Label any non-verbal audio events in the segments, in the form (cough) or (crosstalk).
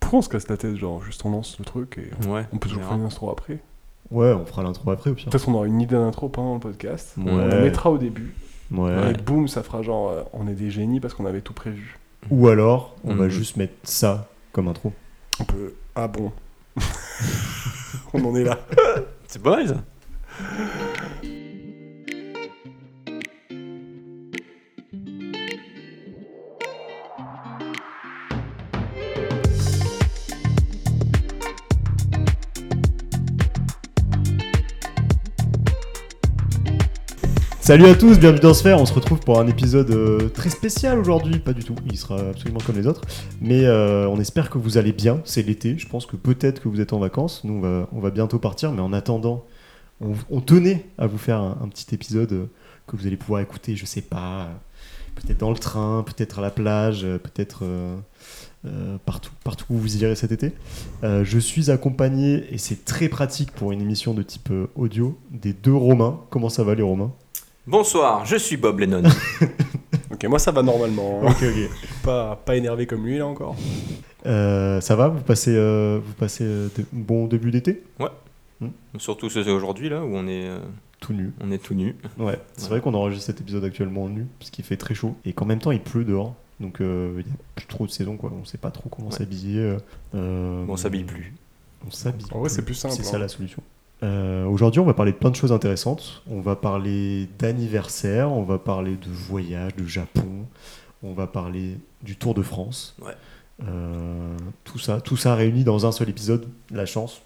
Parfois, on se casse la tête, genre, juste on lance le truc et Ouais. on peut toujours verra. faire une intro après. Ouais, on fera l'intro après au pire. Peut-être on aura une idée d'intro pendant le podcast. Ouais. On la mettra au début. Ouais. Et boum, ça fera genre, euh, on est des génies parce qu'on avait tout prévu. Ou alors, on va Mhm. juste mettre ça comme intro. On peut. Ah bon. (laughs) on en est là. C'est pas mal ça. Salut à tous, bienvenue dans Sphère. On se retrouve pour un épisode euh, très spécial aujourd'hui. Pas du tout, il sera absolument comme les autres. Mais euh, on espère que vous allez bien. C'est l'été, je pense que peut-être que vous êtes en vacances. Nous, on va, on va bientôt partir, mais en attendant, on, on tenait à vous faire un, un petit épisode euh, que vous allez pouvoir écouter, je sais pas, euh, peut-être dans le train, peut-être à la plage, euh, peut-être euh, euh, partout, partout où vous irez cet été. Euh, je suis accompagné, et c'est très pratique pour une émission de type euh, audio, des deux Romains. Comment ça va les Romains Bonsoir, je suis Bob Lennon. Ok, moi ça va normalement. (laughs) hein. Ok, ok. Pas, pas énervé comme lui là encore. Euh, ça va Vous passez, euh, vous passez euh, de- un bon début d'été Surtout ce- aujourd'hui là où on est, euh, Tout nu. on est tout nu. Ouais. C'est Ouais. vrai qu'on enregistre cet épisode actuellement nu, parce qu'il fait très chaud. Et qu'en même temps, il pleut dehors. Donc, euh, il n'y a plus trop de saison, quoi. On sait pas trop comment Ouais. s'habiller. euh, euh, On s'habille (laughs) plus. On s'habille. En vrai, c'est plus simple, C'est hein. ça la solution. Euh, Aujourd'hui, on va parler de plein de choses intéressantes. On va parler d'anniversaire, on va parler de voyage, de Japon, on va parler du Tour de France. Ouais. Euh, tout ça, tout ça réuni dans un seul épisode. La chance.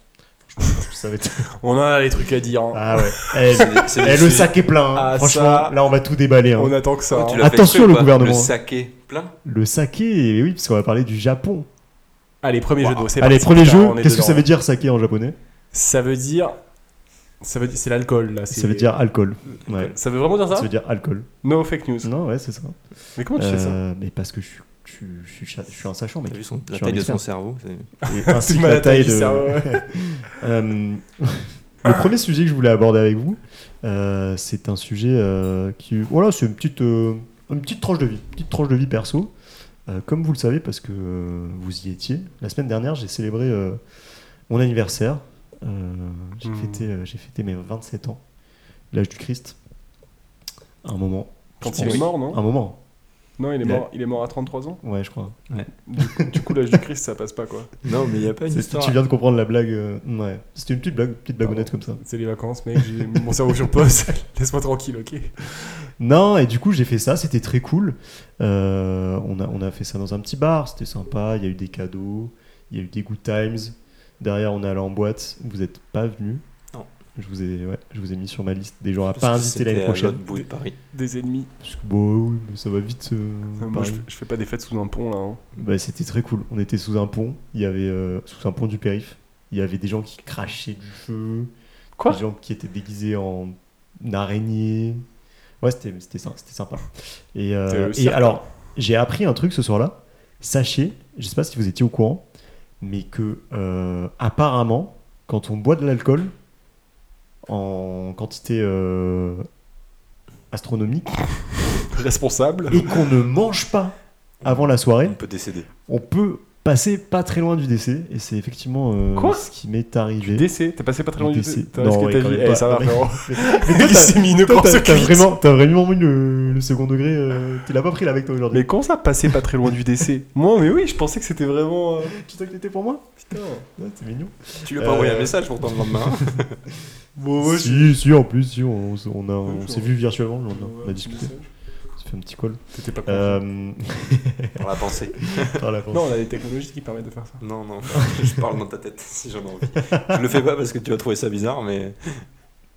Je pense que ça va être. (laughs) On a les trucs à dire. hein. Ah ouais. Eh, C'est- eh, le c'est- sac est plein. hein. Ah, Franchement, ça. là, on va tout déballer. hein. On attend que ça. Oh, tu hein. l'as fait exprès Attention, ou le pas gouvernement. Le saké plein. Le saké, eh oui, parce qu'on va parler du Japon. Allez, premier jeu de mots. c'est Allez, parti, premier putain, jeu. on est Qu'est-ce que dedans. hein. ça veut dire saké en japonais Ça veut dire. Ça veut dire. C'est l'alcool là. c'est- Ça veut dire alcool. Ouais. Ça veut vraiment dire ça Ça veut dire alcool. No fake news. Non, ouais, c'est ça. Mais (laughs) comment tu fais ça Euh, Mais parce que je suis, je suis- je suis, cha- je suis un sachant, mec. T'as vu son- Je la suis taille un de son expert. cerveau c'est- Et (laughs) ainsi que m'as la la taille taille du de. cerveau, ouais. (laughs) Euh, le premier sujet que je voulais aborder avec vous, euh, c'est un sujet euh, qui. Voilà, c'est une petite, euh, une petite tranche de vie, petite tranche de vie perso. Euh, comme vous le savez, parce que euh, vous y étiez, la semaine dernière, j'ai célébré euh, mon anniversaire. Euh, j'ai, Hmm. fêté, euh, j'ai fêté mes 27 ans, l'âge du Christ. Un moment. Quand je il pense. est mort, non Un moment, Non, il est Ah. Il a- mort. Il est mort à 33 ans. ouais, je crois. Du coup, l'âge du Christ, ça passe pas quoi. (laughs) Non, mais il n'y a pas une C'est- histoire. Ah Tu viens de comprendre la blague. euh, ouais, c'était une petite blague, petite blagounette comme ça. C'est les vacances, mec. (laughs) J'ai mis mon cerveau sur pause. (laughs) Laisse-moi tranquille, ok Non, et du coup, j'ai fait ça, c'était très cool. Euh, on, a, on a fait ça dans un petit bar, c'était sympa. Il y a eu des cadeaux, il y a eu des good times. Derrière, on est allé en boîte. Vous n'êtes pas venu. Non. Je vous, ai, ouais, je vous ai mis sur ma liste des gens à Parce pas que inviter l'année c'était à prochaine. l'autre bout de Paris. Des ennemis. Parce que, bon, oui, mais ça va vite. euh, Moi, Paris. je, je fais pas des fêtes sous un pont là. hein. Bah, c'était très cool. On était sous un pont. Il y avait euh, sous un pont du périph. Il y avait des gens qui crachaient du feu. Quoi Des gens qui étaient déguisés en araignée. Ouais, c'était c'était sy- c'était sympa. Et, euh, C'était le et cirque. alors, j'ai appris un truc ce soir-là. Sachez, je sais pas si vous étiez au courant, mais que euh, apparemment, quand on boit de l'alcool en quantité euh, astronomique Responsable. et qu'on ne mange pas avant la soirée, On peut décéder. on peut passer pas très loin du décès et c'est effectivement euh, Quoi ce qui m'est arrivé. Décès. T'es passé pas très loin du Décès. décès. T'as Non, risqué ouais, ta quand vie. même Eh, pas. (laughs) ça va, Mais- frérot. Mais (laughs) toi, t'as- Glycémineux toi, pour ce t'as t'as clip. vraiment, t'as vraiment mis le, le second degré. euh, tu l'as pas pris là avec toi aujourd'hui. Mais comment ça, passer pas très loin du décès Moi, mais oui, je pensais que c'était vraiment. euh, (laughs) tu sais que t'étais pour moi Putain. Ouais, Ah, C'est mignon. Tu lui as Euh, pas envoyé un message pourtant le lendemain. hein. (laughs) Bon, Oh, ouais, je- si, si, en plus, si, on, on, s- on a- on Oui, s'est genre. vu virtuellement, le lendemain, Ouais, on a discuté, on s'est fait un petit call. T'étais pas con. Euh, (laughs) On l'a (laughs) pensé. par la Non, on a des technologies qui permettent de faire ça. Non, non, (laughs) je parle dans ta tête (laughs) si j'en ai envie. Je le fais pas parce que tu vas trouver ça bizarre, mais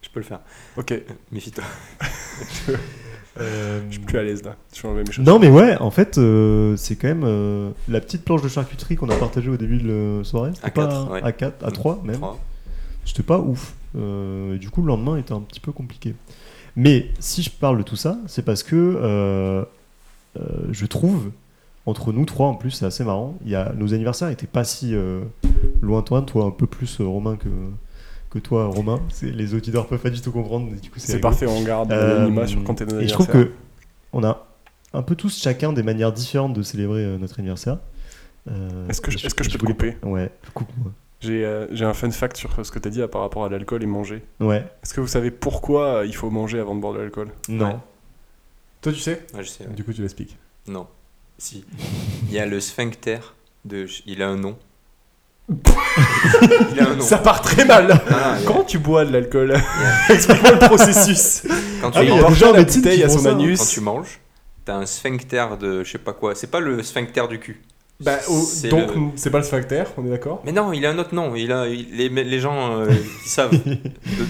je peux le faire. Ok, Méfie-toi. Euh, je suis plus à l'aise là. Je suis enlevé mes choses. Non mais ouais, en fait, euh, c'est quand même euh, la petite planche de charcuterie qu'on a partagée au début de la soirée. c'était À pas quatre, ouais. à 4, à 3 même. Trois. C'était pas ouf. Euh, et du coup, le lendemain était un petit peu compliqué. Mais si je parle de tout ça, c'est parce que euh, euh, je trouve, entre nous trois en plus, c'est assez marrant, il y a, nos anniversaires n'étaient pas si euh, lointains, toi un peu plus euh, Romain que, que toi Romain. C'est- Les auditeurs peuvent pas du tout comprendre, mais du coup C'est rigolo. parfait, on garde Euh, l'anonymat sur quand t'es dans Et je trouve que on a un peu tous chacun des manières différentes de célébrer euh, notre anniversaire. Euh, Est-ce que je- est-ce que je peux te voulais- couper Ouais, coupe-moi. J'ai euh, j'ai un fun fact sur euh, ce que t'as dit euh, par rapport à l'alcool et manger. Ouais, Est-ce que vous savez pourquoi euh, il faut manger avant de boire de l'alcool non. Ouais. Toi, tu sais Ouais, je sais. ouais. Du coup, tu l'expliques. Non. Si. Il y a le sphincter. De... Il a (laughs) un nom. il a un nom. Ça part très mal (laughs) Non, non, il y a- Comment tu bois de l'alcool (laughs) Explique-moi le processus quand tu Ah oui, il y a manges- des gens en la médecine qui bouteille à font son ça, hein. anus. quand tu manges, t'as un sphincter de je sais pas quoi. C'est pas le sphincter du cul. Bah, oh, C'est donc, le- c'est pas le sphincter, on est d'accord Mais non, il a un autre nom. Il a, il- les, les gens euh, (laughs) ils savent de-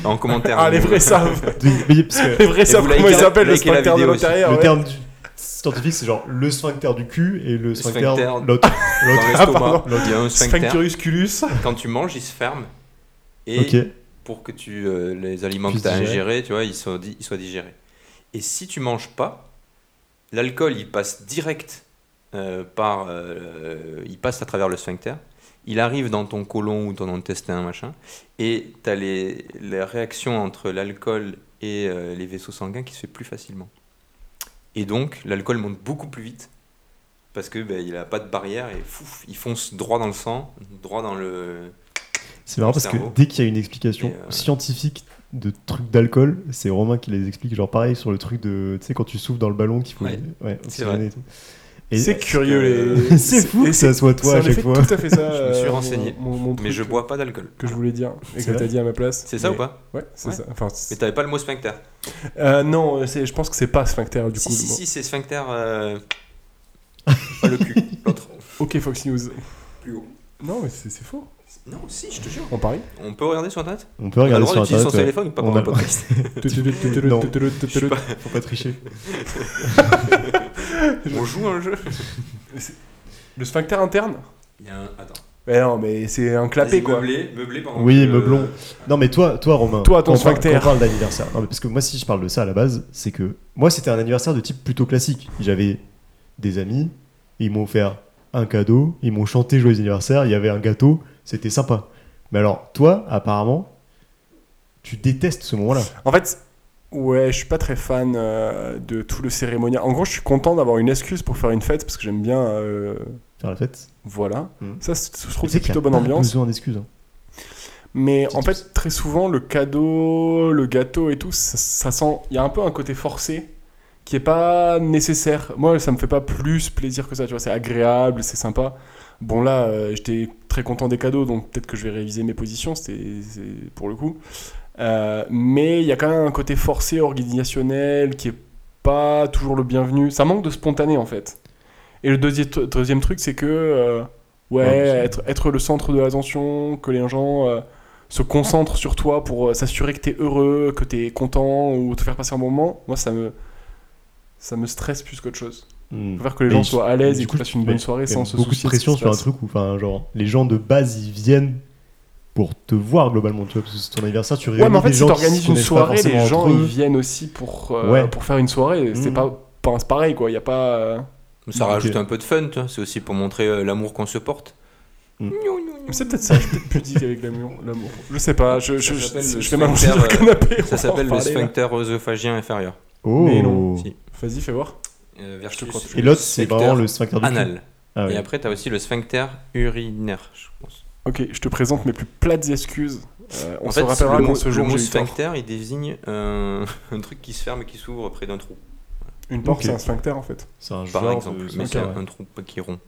en commentaire. euh, Ah, les Vous- vrais (laughs) savent De- mais parce que Les vrais Et savent vous comment il likez la- s'appelle le likez la sphincter de vidéo aussi. l'intérieur le ouais. terme du- scientifique, c'est genre le sphincter du cul et le sphincter, sphincter Dans l'autre. (laughs) l'autre. Ah, l'estomac, pardon. il y a un sphincter. Sphincterus culus Quand tu manges, il se ferme. Et ok. pour que tu, euh, les aliments que Puisse tu as digérer. ingérés, tu vois, ils soient, di- ils soient digérés. Et si tu manges pas, l'alcool, il passe direct euh, par... euh, il passe à travers le sphincter. Il arrive dans ton côlon ou dans ton intestin, machin. Et tu as les, les réactions entre l'alcool et euh, les vaisseaux sanguins qui se fait plus facilement. Et donc, l'alcool monte beaucoup plus vite. Parce que ben, il a pas de barrière et fouf, il fonce droit dans le sang, droit dans le. C'est marrant parce que cerveau. dès qu'il y a une explication Et, euh, scientifique de trucs d'alcool, c'est Romain qui les explique. Genre pareil sur le truc de. Tu sais, quand tu souffles dans le ballon, qu'il faut. Ouais. ouais, C'est oxygéner vrai. et tout. Et- (laughs) C'est curieux, que- les... C'est fou que et ça soit toi c'est à en chaque effet fois. tout à fait ça. Je me suis euh, renseigné. mon- mon- mon Mais truc je bois pas d'alcool. que je voulais dire et C'est que t'as vrai dit à ma place. C'est ça Mais- ou pas Ouais, c'est Ouais. ça. Enfin, Mais c'est- t'avais pas le mot sphincter. Euh, non, euh, c'est- je pense que c'est pas sphincter du si, coup. si, le mot. si, c'est sphincter. (laughs) euh, Pas le cul, l'autre. Ok, Fox News. Plus haut. Non, mais c'est c'est faux. Non, si, je te jure. On (laughs) parie On peut regarder sur internet On peut On a Ah, le regarder droit sur d'utiliser son internet. ouais. téléphone ou pas On pendant a le le- podcast (laughs) Non. Je sais pas. Faut pas tricher. On joue à un jeu Le sphincter interne Il y a un. Attends. Mais non, mais c'est un clapet Vas-y, quoi. Meublé, meublé pendant Oui, que- euh, meublons. Non mais toi, toi Romain, Toi, ton quand on parle- sphincter. quand on parle d'anniversaire. Non, mais parce que moi si je parle de ça à la base, c'est que moi c'était un anniversaire de type plutôt classique. J'avais des amis, ils m'ont offert un cadeau, ils m'ont chanté joyeux anniversaire, il y avait un gâteau, c'était sympa. Mais alors toi, apparemment, tu détestes ce moment-là. En fait, ouais, je suis pas très fan euh, de tout le cérémonial. En gros, je suis content d'avoir une excuse pour faire une fête parce que j'aime bien. euh, Faire la fête. voilà. Mm. Ça, c'est- je trouve Tu que sais c'est qu'il y a plutôt bonne pas ambiance. Besoin d'excuses. hein. Mais C'est en tout fait, très souvent, le cadeau, le gâteau et tout, ça, ça sent. Il y a un peu un côté forcé qui est pas nécessaire. Moi, ça me fait pas plus plaisir que ça. Tu vois, c'est agréable, c'est sympa. Bon là, euh, j'étais très content des cadeaux, donc peut-être que je vais réviser mes positions. C'était c'est- pour le coup. Euh, mais il y a quand même un côté forcé, organisationnel, qui est pas toujours le bienvenu. Ça manque de spontané en fait. Et le deuxi- deuxième truc, c'est que euh, ouais, Ouais, c'est- être, être le centre de l'attention, que les gens euh, se concentrent sur toi pour euh, s'assurer que t'es heureux, que t'es content ou te faire passer un bon moment. Moi, ça me ça me stresse plus qu'autre chose. Hmm. Je préfère que les Mais gens du- soient à l'aise du et coup, qu'ils passent tu une mets bonne soirée Il y a sans se beaucoup soucier de pression ce qui se sur un passe. truc où, enfin, genre, les gens de base, ils viennent pour te voir globalement, tu vois, parce que c'est ton anniversaire, tu Ouais, réunis mais en fait, des si gens qui se t'organises une connaissent pas soirée, forcément les gens entre ils eux. viennent aussi pour, euh, Ouais. pour faire une soirée. C'est Mhm. pas, pas pareil quoi. Il y a pas. euh, Ça Ok. rajoute un peu de fun, tu vois. C'est aussi pour montrer euh, l'amour qu'on se porte. Mm. Gnou, gnou, gnou. Mais C'est peut-être ça, je suis peut-être pudique avec l'amour. l'amour. Je sais pas, je, je, Ça je, s'appelle je le vais m'allonger dans le sphincter, euh, canapé. on va Ça en s'appelle le reparler, là. sphincter œsophagien inférieur. Oh. Mais non, si. Vas-y, fais voir. Euh, versus Je te crois. le Et l'autre, c'est sphincter vraiment le sphincter du cul. Anal. Ah ouais. Et après, t'as aussi le sphincter urinaire, je pense. Ok, je te présente mes plus plates excuses. Euh, on En se fait, rappellera le dans mot, ce le jour où mot j'ai eu tort. sphincter, il désigne un, (laughs) un truc qui se ferme et qui s'ouvre près d'un trou, Une porte, Ok. c'est un sphincter en fait. C'est un par genre exemple. de Mais c'est sphincter, un, ouais. un trou qui est rond.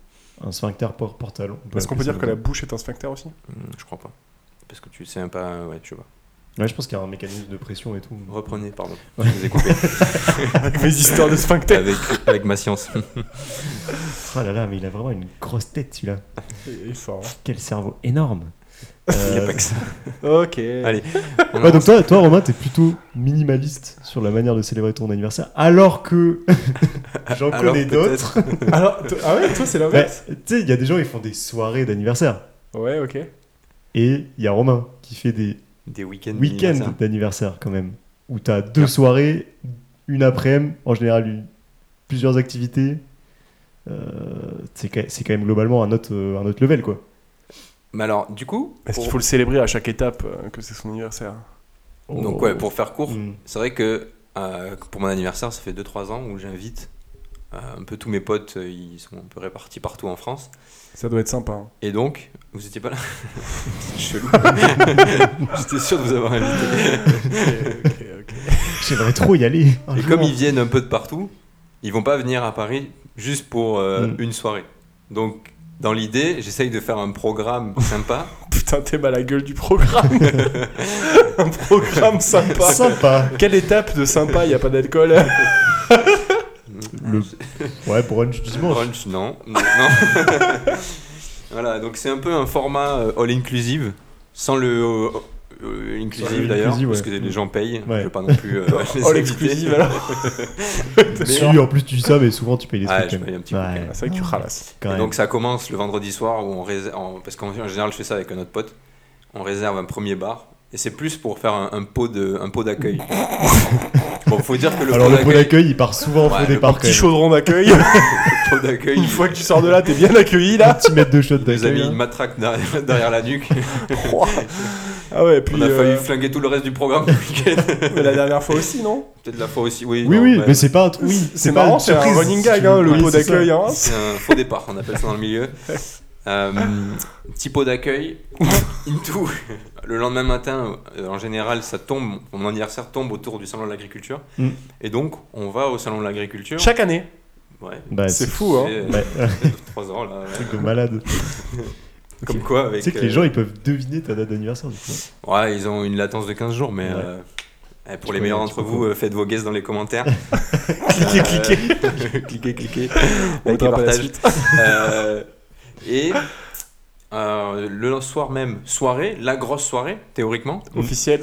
un sphincter por- portal. on peut Est-ce qu'on peut dire appeler ça que la comme bouche est un sphincter aussi (laughs) Hum, Je crois pas. Parce que tu sais un pas. euh, Ouais, tu vois. ça. Ouais, je pense qu'il y a un mécanisme de pression et tout. Reprenez, pardon. Ouais. Je vous ai (laughs) coupé. Avec mes histoires de sphincter avec, avec ma science. Euh, Ah là là, mais il a vraiment une grosse tête celui-là. Il est fort. Quel cerveau (laughs) énorme. (laughs) Il n'y a Euh, pas que ça. (laughs) Ok. Allez. On Ouais, avance. donc toi, toi Romain, t'es plutôt minimaliste sur la manière de célébrer ton anniversaire, alors que (laughs) j'en Alors, connais d'autres. peut-être- Alors, to- ah ouais, toi c'est Ouais, l'inverse tu sais, il y a des gens, ils font des soirées d'anniversaire. Ouais, ok. Et il y a Romain qui fait des Des week-ends. week-ends d'anniversaire. d'anniversaire quand même, où t'as deux soirées, une après-midi, en général une- plusieurs activités. Euh, c'est quand c'est quand même globalement un autre, euh, un autre level quoi. Mais alors, du coup. Est-ce qu'il pour- faut le célébrer à chaque étape euh, que c'est son anniversaire Donc, ouais, pour faire court, Mm. c'est vrai que euh, pour mon anniversaire, ça fait 2-3 ans où j'invite euh, un peu tous mes potes, euh, ils sont un peu répartis partout en France. Ça doit être sympa. hein. (laughs) Et donc, vous étiez pas là (laughs) Chelou. (laughs) J'étais sûr de vous avoir invité. J'aimerais trop y aller. un Et jour. comme (laughs) ils viennent un peu de partout, ils vont pas venir à Paris juste pour euh, Mm. une soirée. Donc, dans l'idée, j'essaye de faire un programme (laughs) sympa. Putain, t'es mal à la gueule du programme. (laughs) Un programme sympa. Sympa. Quelle étape de sympa, il a pas d'alcool (laughs) Le- Ouais, brunch du dimanche. Brunch, non. non, non. (laughs) voilà, donc c'est un peu un format euh, all inclusive, sans le euh, euh, Sans le inclusive d'ailleurs, inclusive, parce ouais. que les gens payent. Ouais. Je veux pas non plus (laughs) euh, les All inviter. exclusive alors. (laughs) Mais- Si, en plus tu dis ça, mais souvent tu payes les Ouais, trucs. je quand paye même. un petit peu, quand même. C'est vrai que tu ralasses. quand Et même. donc ça commence le vendredi soir où on réserve, en- parce qu'en en général je fais ça avec un autre pote, on réserve un premier bar et c'est plus pour faire un, un pot de un pot (laughs) d'accueil. bon, faut dire que le Alors pot le pot d'accueil, d'accueil, il part souvent Ouais, au le départ quand Petit même. chaudron d'accueil. le pot d'accueil, Une fois que tu sors de là, t'es bien accueilli Un (laughs) là. petit mètre de shot il nous a mis une d'accueil. hein. matraque derrière, derrière la nuque. Ah ouais, puis on a euh, failli flinguer tout le reste du programme. (laughs) mais (laughs) la dernière fois aussi, non Peut-être la fois aussi, oui. Oui, non, oui, ouais. mais c'est pas un truc. Oui, c'est pas marrant, une c'est un surprise, running si gag, tu hein, veux. le Ouais, pot c'est ça. d'accueil. Hein. C'est un faux départ, on appelle ça dans le (laughs) milieu. Euh, petit pot d'accueil, into. Le lendemain matin, euh, en général, ça tombe, mon anniversaire tombe autour du salon de l'agriculture. Mm. Et donc, on va au salon de l'agriculture. Chaque année. Ouais. Bah, C'est c'est fou, hein. C'est, euh, Ouais, un trois ans, là. ouais. truc de malade. Comme quoi, Tu avec. sais que les euh, gens ils peuvent deviner ta date d'anniversaire du coup. Ouais, ils ont une latence de 15 jours, mais. Ouais. euh, eh, pour Tu les peux- meilleurs tu peux d'entre vous, euh, faites vos guesses dans les commentaires. (laughs) Cliquez, cliquez. cliquez. (laughs) cliquez, cliquez. On Likez, mettra pas la partagez. Euh, (laughs) et euh, le soir même, soirée, la grosse soirée, théoriquement. Officiel.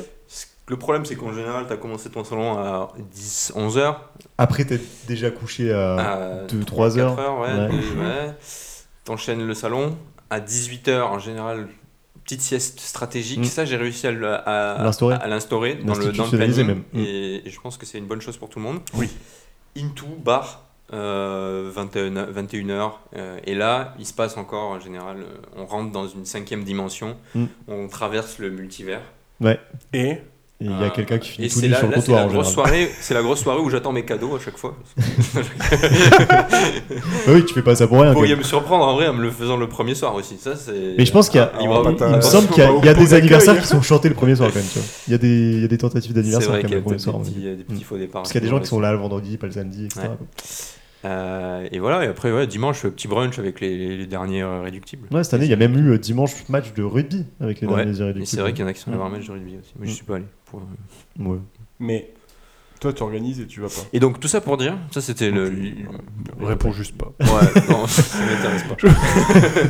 Le problème, c'est qu'en général, tu as commencé ton salon à 10, 11 heures. Après, t'es déjà couché à. à deux, 2, trois 4 heures. Euh, heures, ouais. Ouais. deux, ouais. T'enchaînes le salon. À 18 heures, en général, petite sieste stratégique. Mm. Ça, j'ai réussi à, le- à- à- L'instaurer. à l'instaurer dans le, dans le L'institutionnaliser planning. même. Mm. Et, et je pense que c'est une bonne chose pour tout le monde. Oui. Into, bar. euh, 21, 21h Euh, et là il se passe encore en général euh, on rentre dans une cinquième dimension Mm. on traverse le multivers Et Et il y a Euh, quelqu'un qui finit et tout c'est nu la- sur le là, c'est la comptoir en grosse général. soirée c'est la grosse soirée où j'attends mes cadeaux à chaque fois Bah oui, tu fais pas ça pour rien. Vous quand pourriez même. me surprendre en vrai en me le faisant le premier soir aussi. Ça, c'est. Mais je pense qu'il y a. Ah, Il il m'aura pas- me attention, semble qu'il y a, pas au il y a pot des d'accueil. anniversaires qui sont chantés le premier soir quand même, tu vois. Il y a des, il y a des tentatives C'est d'anniversaire vrai quand qu'il y a même le premier peut-être soir. à des mon avis. petits, euh, des petits Mm. faux départs. Parce qu'il y a des gens qui sont là le vendredi, pas le samedi, etc. Euh, et voilà, et après, ouais, dimanche, euh, petit brunch avec les, les derniers euh, réductibles. Ouais, cette année, il y a même eu euh, dimanche match de rugby avec les Ouais, derniers Et irréductibles. c'est vrai qu'il y en a qui sont allés Mm. voir un match de rugby aussi. Moi, je Mm. suis pas allé. pour- euh. Ouais. mais toi, tu organises et tu vas pas. Et donc, tout ça pour dire, ça c'était le. le- Réponds juste pas. Ouais, non, (laughs) ça m'intéresse pas.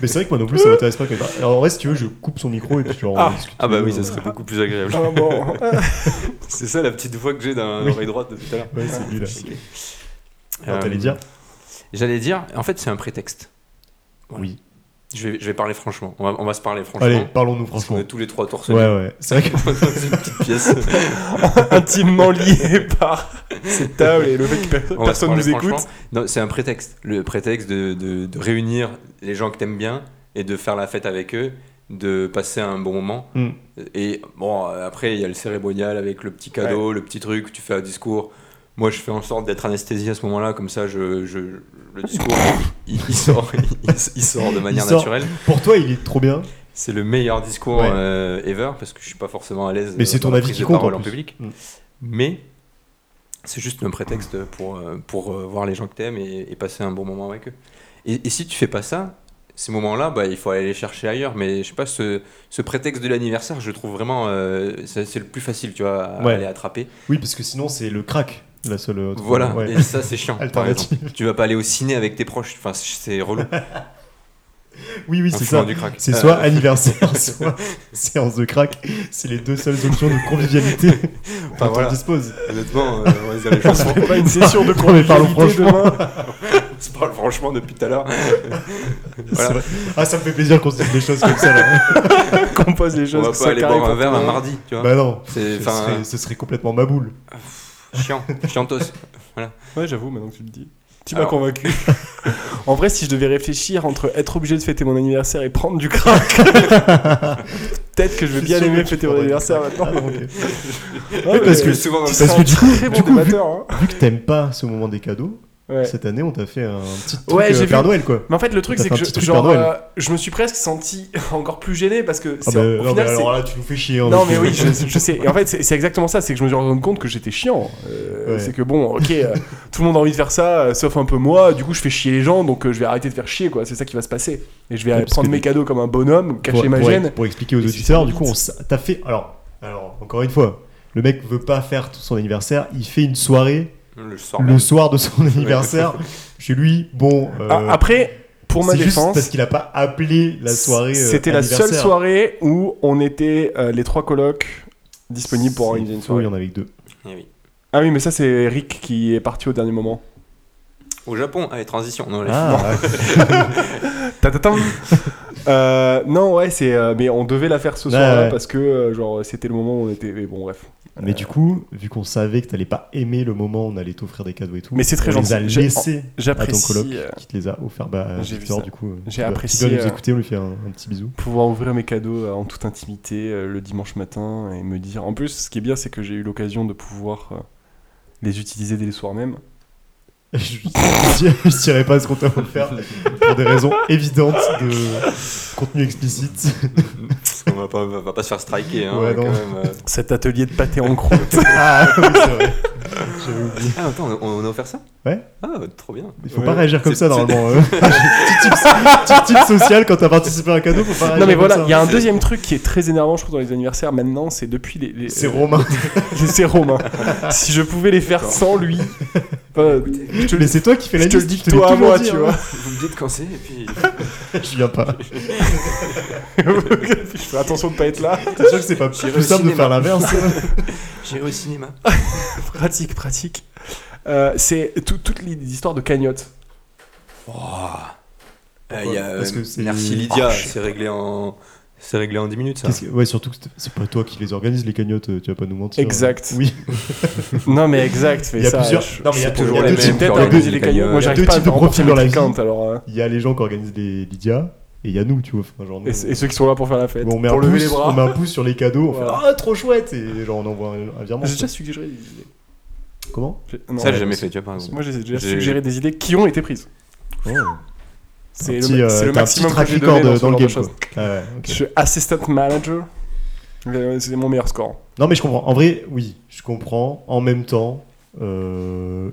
Mais c'est vrai que moi non plus, ça m'intéresse pas. que- Alors, en vrai, si tu veux, je coupe son micro et puis genre. Ah. on discute. Ah bah oui, ça (laughs) serait beaucoup plus agréable. Ah bon. (laughs) C'est ça la petite voix que j'ai dans Oui. l'oreille droite de tout à l'heure. Ouais, c'est lui là. Euh, Alors, T'allais dire J'allais dire, en fait, c'est un prétexte. Voilà. Oui. Je vais, je vais parler franchement. On va, on va se parler franchement. Allez, parlons-nous Parce qu'on franchement. est tous les trois torse Ouais, nu ouais. C'est vrai que. (laughs) dans une petite pièce. Intimement lié par cette table et le fait que per- On va se personne parler nous écoute. franchement. Non, c'est un prétexte. Le prétexte de, de- de réunir les gens que t'aimes bien et de faire la fête avec eux, de passer un bon moment. Mm. Et bon, euh, après, il y a le cérémonial avec le petit cadeau, le petit truc, tu fais un discours. Moi, je fais en sorte d'être anesthésié à ce moment-là, comme ça, je, je- le discours, il, il sort, (laughs) il, il sort de manière sort. naturelle. (laughs) Pour toi, il est trop bien. C'est le meilleur discours Ouais. euh, ever parce que je suis pas forcément à l'aise. Mais euh, c'est dans ton la avis prise qui de compte, parole en en plus. public. Mm. Mais c'est juste un prétexte pour, euh, pour euh, voir les gens que t'aimes et, et passer un bon moment avec eux. Et, et si tu fais pas ça, ces moments-là, bah, il faut aller les chercher ailleurs. Mais je sais pas, ce, ce prétexte de l'anniversaire, je trouve vraiment euh, c'est c'est le plus facile, tu vois, à Ouais. aller attraper. Oui, parce que sinon, c'est le crack, la seule autre. Voilà, Ouais. et ça c'est chiant. par Alternative. exemple. tu vas pas aller au ciné avec tes proches, enfin c'est- c'est relou. (laughs) Oui, oui, en c'est fumant ça. du crack. C'est Euh, soit anniversaire, (laughs) soit séance de crack. C'est les deux seules options de convivialité Enfin, dont voilà. on dispose. Honnêtement, euh, on va se dire les choses. (laughs) (laughs) On fait pas une session de Non, mais parlons convivialité franchement. demain. (laughs) On se parle franchement depuis tout à (laughs) l'heure. Voilà. C'est vrai. Ah, ça me fait plaisir qu'on se dise des choses comme (laughs) ça. Là. Qu'on pose les On choses. va que pas ça aller carré boire un pour verre tout le un monde. mardi, tu vois. bah non, c'est ce enfin serait, ce serait complètement ma boule. (laughs) (laughs) chiant, chiantos. Ah, Ouais, j'avoue, maintenant que tu le dis. Tu m'as Alors. (laughs) convaincu. en vrai, si je devais réfléchir entre être obligé de fêter mon anniversaire et prendre du (laughs) crack, peut-être que je vais bien sûr que aimer tu fêter mon prendrais anniversaire du maintenant. crack. Ah, bon, ok. Ouais, parce mais que- souvent dans tu le Ah parce seras que un du coup- très du bon coup, vu- amateur, hein. Vu que t'aimes pas ce moment des cadeaux, Ouais. Cette année, on t'a fait un petit truc Ouais, euh, j'ai Père vu. Noël, quoi. Mais en fait, le truc, T'as c'est que fait un je, petit truc genre, Père Noël. euh, je me suis presque senti (laughs) encore plus gêné parce que Ah c'est- bah, au non, mais final, c'est- alors là, tu nous fais chier. Non, hein, parce mais que- (laughs) oui, je, je sais. Et en fait, c'est c'est exactement ça. C'est que je me suis rendu compte que j'étais chiant. Euh, Ouais. C'est que bon, ok, euh, tout le monde a envie de faire ça, euh, sauf un peu moi. Du coup, je fais chier les gens, donc euh, je vais arrêter de faire chier, quoi. C'est ça qui va se passer. Et je vais Ouais, euh, parce prendre que mes du- cadeaux comme un bonhomme, cacher pour, ma pour- gêne. pour expliquer aux Et si auditeurs, ça du coup, vite. on s- t'as fait. Alors, alors, encore une fois, le mec veut pas faire tout son anniversaire. Il fait une soirée Le soir le même. soir de son anniversaire chez lui. Bon, euh, Ah, Après, pour ma c'est juste défense, parce qu'il a pas appelé la soirée. euh, c'était la seule anniversaire. soirée où on était euh, les trois colocs disponibles pour C'est hein. organiser une faux, Il soirée. y en avait que deux. Eh oui. Ah oui, mais ça, c'est Eric qui est parti au dernier moment. Au Japon, allez, transition. Non, allez. Ah, Tatatam. Euh, non, ouais, c'est. euh, mais on devait la faire ce Ouais, soir-là ouais. parce que, euh, genre, c'était le moment où on était. Mais bon, bref. mais du coup, vu qu'on savait que t'allais pas aimer le moment où on allait t'offrir des cadeaux et tout, Mais c'est très on les a gentil. J'ai- laissés à ton J'apprécie coloc euh, qui te les a offerts. Bah, J'ai vu Victor, ça. du coup, euh, J'ai tu dois- apprécié, Tu dois nous euh, écouter, on lui fait un, un petit bisou. pouvoir ouvrir mes cadeaux euh, en toute intimité euh, le dimanche matin et me dire. En plus, ce qui est bien, c'est que j'ai eu l'occasion de pouvoir euh, les utiliser dès le soir même. (laughs) je je dirais pas ce qu'on t'a offert pour des raisons évidentes de contenu explicite. (laughs) Parce qu'on va pas, on va pas se faire striker. Hein, Ouais, quand non. même, euh. Cet atelier de pâté en (laughs) croûte. ah oui, c'est vrai. J'avais oublié. Ah, attends, on, on a offert ça Ouais. Ah, trop bien. Il faut Ouais. pas réagir comme C'est- (laughs) ça normalement. euh. (laughs) petit, tip, petit tip social quand t'as participé à un cadeau, faut pas réagir non, mais comme voilà, ça. il y a un deuxième truc qui est très énervant, je trouve, dans les anniversaires maintenant. C'est depuis les. les C'est Romain. les- (laughs) C'est Romain. si je pouvais les faire sans lui. Enfin, je te le Mais c'est toi qui fais la je te le liste, dis je te l'ai toi à toujours moi, dit, tu hein. vois. (laughs) Vous me dites quand c'est, et puis. Je viens pas. je fais attention de pas être là. T'es sûr que c'est pas J'irai plus au simple de cinéma. faire l'inverse hein J'ai au cinéma. pratique, pratique. Euh, c'est tout- toutes les histoires de (laughs) cagnotte. Euh, il y a, Parce euh, que c'est- Merci Lydia, Ah, je sais c'est réglé en. C'est réglé en 10 minutes ça. Qu'est-ce que- Ouais, surtout que c'est- c'est pas toi qui les organise les cagnottes, euh, tu vas pas nous mentir. Exact. Oui, non, mais exact. Mais Il y a ça, plusieurs- je- non, mais il y a c'est toujours pour- les il y a deux mêmes types qui d'aides à organisent organiser les les cagnottes. Moi, cagnottes. Il y a j'arrive deux pas à types de me remporter profils dans mes la tricantes, vie. alors. euh, il y a les gens qui organisent les Lydia et il y a nous, tu vois. Enfin, genre, nous, et, et ceux qui sont là pour faire la fête. Bon, on, met pour un lever les pouce, bras. on met un pouce sur (laughs) les cadeaux, on fait Voilà. Ah, trop chouette Et genre, on envoie un, un virement. J'ai déjà suggéré des idées. Comment J'ai- non, Ça, ouais. j'ai jamais fait, tu vois, par exemple. Moi, j'ai déjà J'ai- suggéré des idées qui ont été prises. Oh. C'est Un le, petit, euh, c'est t'as le maximum un petit track que j'ai record donné dans, euh, ce dans, le genre de game. choses. quoi. Ah ouais, ok. Je suis assistant manager. Euh, C'est mon meilleur score. Non, mais je comprends. En vrai, oui, je comprends. En même temps, euh,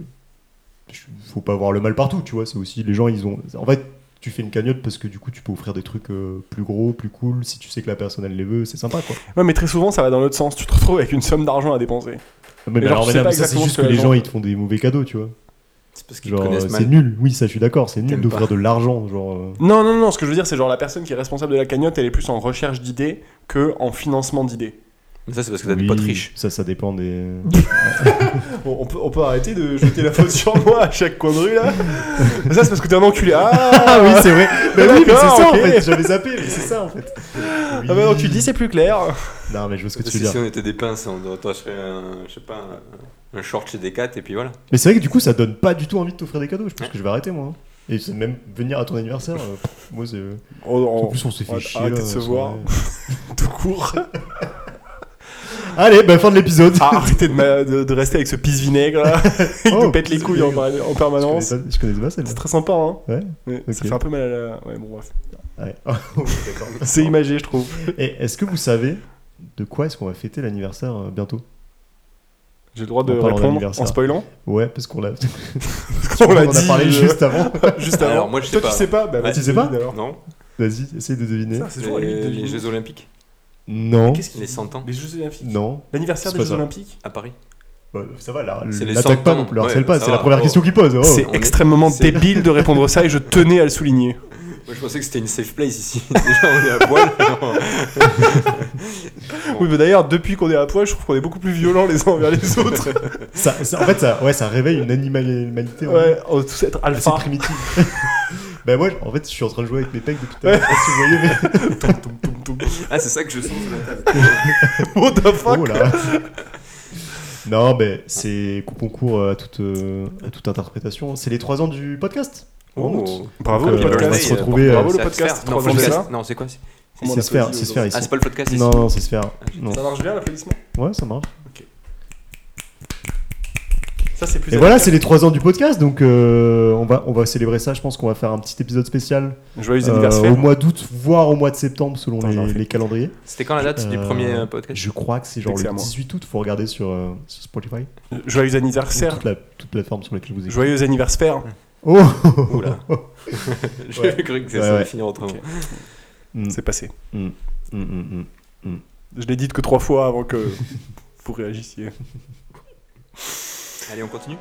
je- faut pas voir le mal partout, tu vois. C'est aussi les gens, ils ont. En fait, tu fais une cagnotte parce que du coup, tu peux offrir des trucs euh, plus gros, plus cool. Si tu sais que la personne, elle les veut, c'est sympa, quoi. Ouais, mais très souvent, ça va dans l'autre sens. Tu te retrouves avec une somme d'argent à dépenser. Mais, genre, alors, tu sais madame, pas ça, c'est exactement juste ce que que la les gens, gens- ils te font des mauvais cadeaux, tu vois. C'est parce qu'ils te Genre, euh, connaissent mal. c'est nul. Oui, ça, je suis d'accord. C'est nul T'aimes d'offrir pas. de l'argent, genre. euh, Non, non, non, ce que je veux dire, c'est genre la personne qui est responsable de la cagnotte, elle est plus en recherche d'idées que en financement d'idées. Mais ça, c'est parce que t'as des oui, potes riches. Ça, ça dépend des. On, on peut, on peut arrêter de jeter la faute sur moi à chaque coin de rue là (laughs) Ça, c'est parce que t'es un enculé. Ah, Ah oui, c'est (laughs) vrai. Mais oui, mais c'est D'accord, ça ok. en fait. J'avais zappé, mais c'est ça en fait. Oui. Ah, maintenant que tu le dis, c'est plus clair. Non, mais je vois ce que tu Si, veux dire. si on était des pinces, on doit- toi, je serais un, je sais pas, un, un short chez Decat et puis voilà. Mais c'est vrai que du coup, ça donne pas du tout envie de t'offrir des cadeaux. Je pense que je vais arrêter moi. hein. Et c'est même venir à ton anniversaire. euh, pff, moi, c'est. On, En on- plus, on s'est on fait va chier. arrêter là, de se en voir. soirée. tout court. Allez, bah, fin de l'épisode. (laughs) Ah, arrêtez de, ma- de- de rester avec ce pisse vinaigre là, qui Oh, nous pète les couilles en, par- en Je permanence. connaissais pas- je connaissais pas celle-là. C'est très sympa, hein. Ouais, Mais Ça ok. fait un peu mal à la. Ouais, bon, bref. Ouais. (laughs) Oh, d'accord. (laughs) C'est imagé, je trouve. Et est-ce que vous savez de quoi est-ce qu'on va fêter l'anniversaire euh, bientôt J'ai le droit de En parlant répondre en (laughs) d'anniversaire. spoilant. Ouais, parce qu'on l'a. (laughs) On on l'a en a dit, parlé euh, juste avant. juste Alors, avant. moi, je sais Toi, pas. tu sais pas Bah, Ouais, vas-y, tu sais pas devine alors. Euh, Non Vas-y, essaye de deviner. Ça, C'est toujours à lui de Les, les deviner. Jeux Olympiques Non. Qu'est-ce qu'il Les 100 ans Les Jeux Olympiques Non. L'anniversaire C'est des pas Jeux ça. Olympiques à Paris. Bah, ça va, là. C'est les L'attaque pas cent non plus, le ans. harcèle Ouais, pas. ça C'est la va. première Oh. question qu'il pose. oh. C'est on est- extrêmement c'est- débile de répondre ça et je tenais à le souligner. Moi, je pensais que c'était une safe place (laughs) ici. Déjà, on est à poil. alors, (laughs) Oui, mais d'ailleurs, depuis qu'on est à poil, je trouve qu'on est beaucoup plus violents les uns envers les autres. Ça- ça- en fait, ça, ouais, ça réveille une animalité hein. en ouais, on va tous être assez alpha. (laughs) primitive. bah moi, en fait, je suis en train de jouer avec mes pecs depuis tout à l'heure. Je sais pas si vous voyez, mais... Toum, toum, toum, toum. Ah, c'est ça que je sens sous la table. (laughs) What the fuck Oh là Non, mais c'est concours à toute, euh, à toute interprétation. C'est les 3 ans du podcast. En août. Oh. Bravo Donc, le euh, on va podcast. se retrouver, euh, Bravo le C'est à podcast. faire. Non, trois ans de podcast. ça. Non, c'est quoi c'est- Comment on euh, C'est se faire, applaudit Ah, c'est se aux faire autres ici. Ah, c'est pas le podcast ici. Non, non, c'est se faire. Non. Ça marche bien l'applaudissement Ouais, ça marche. Ça, c'est plus Et voilà, c'est les 3 ans du podcast, donc euh, on, va, on va célébrer ça. Je pense qu'on va faire un petit épisode spécial Joyeux euh, anniversaire. au mois d'août, voire au mois de septembre, selon Attends, j'en les, fais. les calendriers. C'était quand la date du Euh, premier euh, podcast (laughs) Je crois que c'est genre Dès que c'est à le moi. 18 août, faut regarder sur, euh, sur Spotify. Joyeux anniversaire. Toute la, toute la forme sur laquelle vous écoutez. Joyeux anniversaire. Oh Oula. J'ai Ouais. cru que ça Ouais, allait ouais. finir autrement. Ok. (laughs) Mm, C'est passé. mm, mm, mm. Je l'ai dit que trois fois avant que (laughs) vous réagissiez. Allez, on continue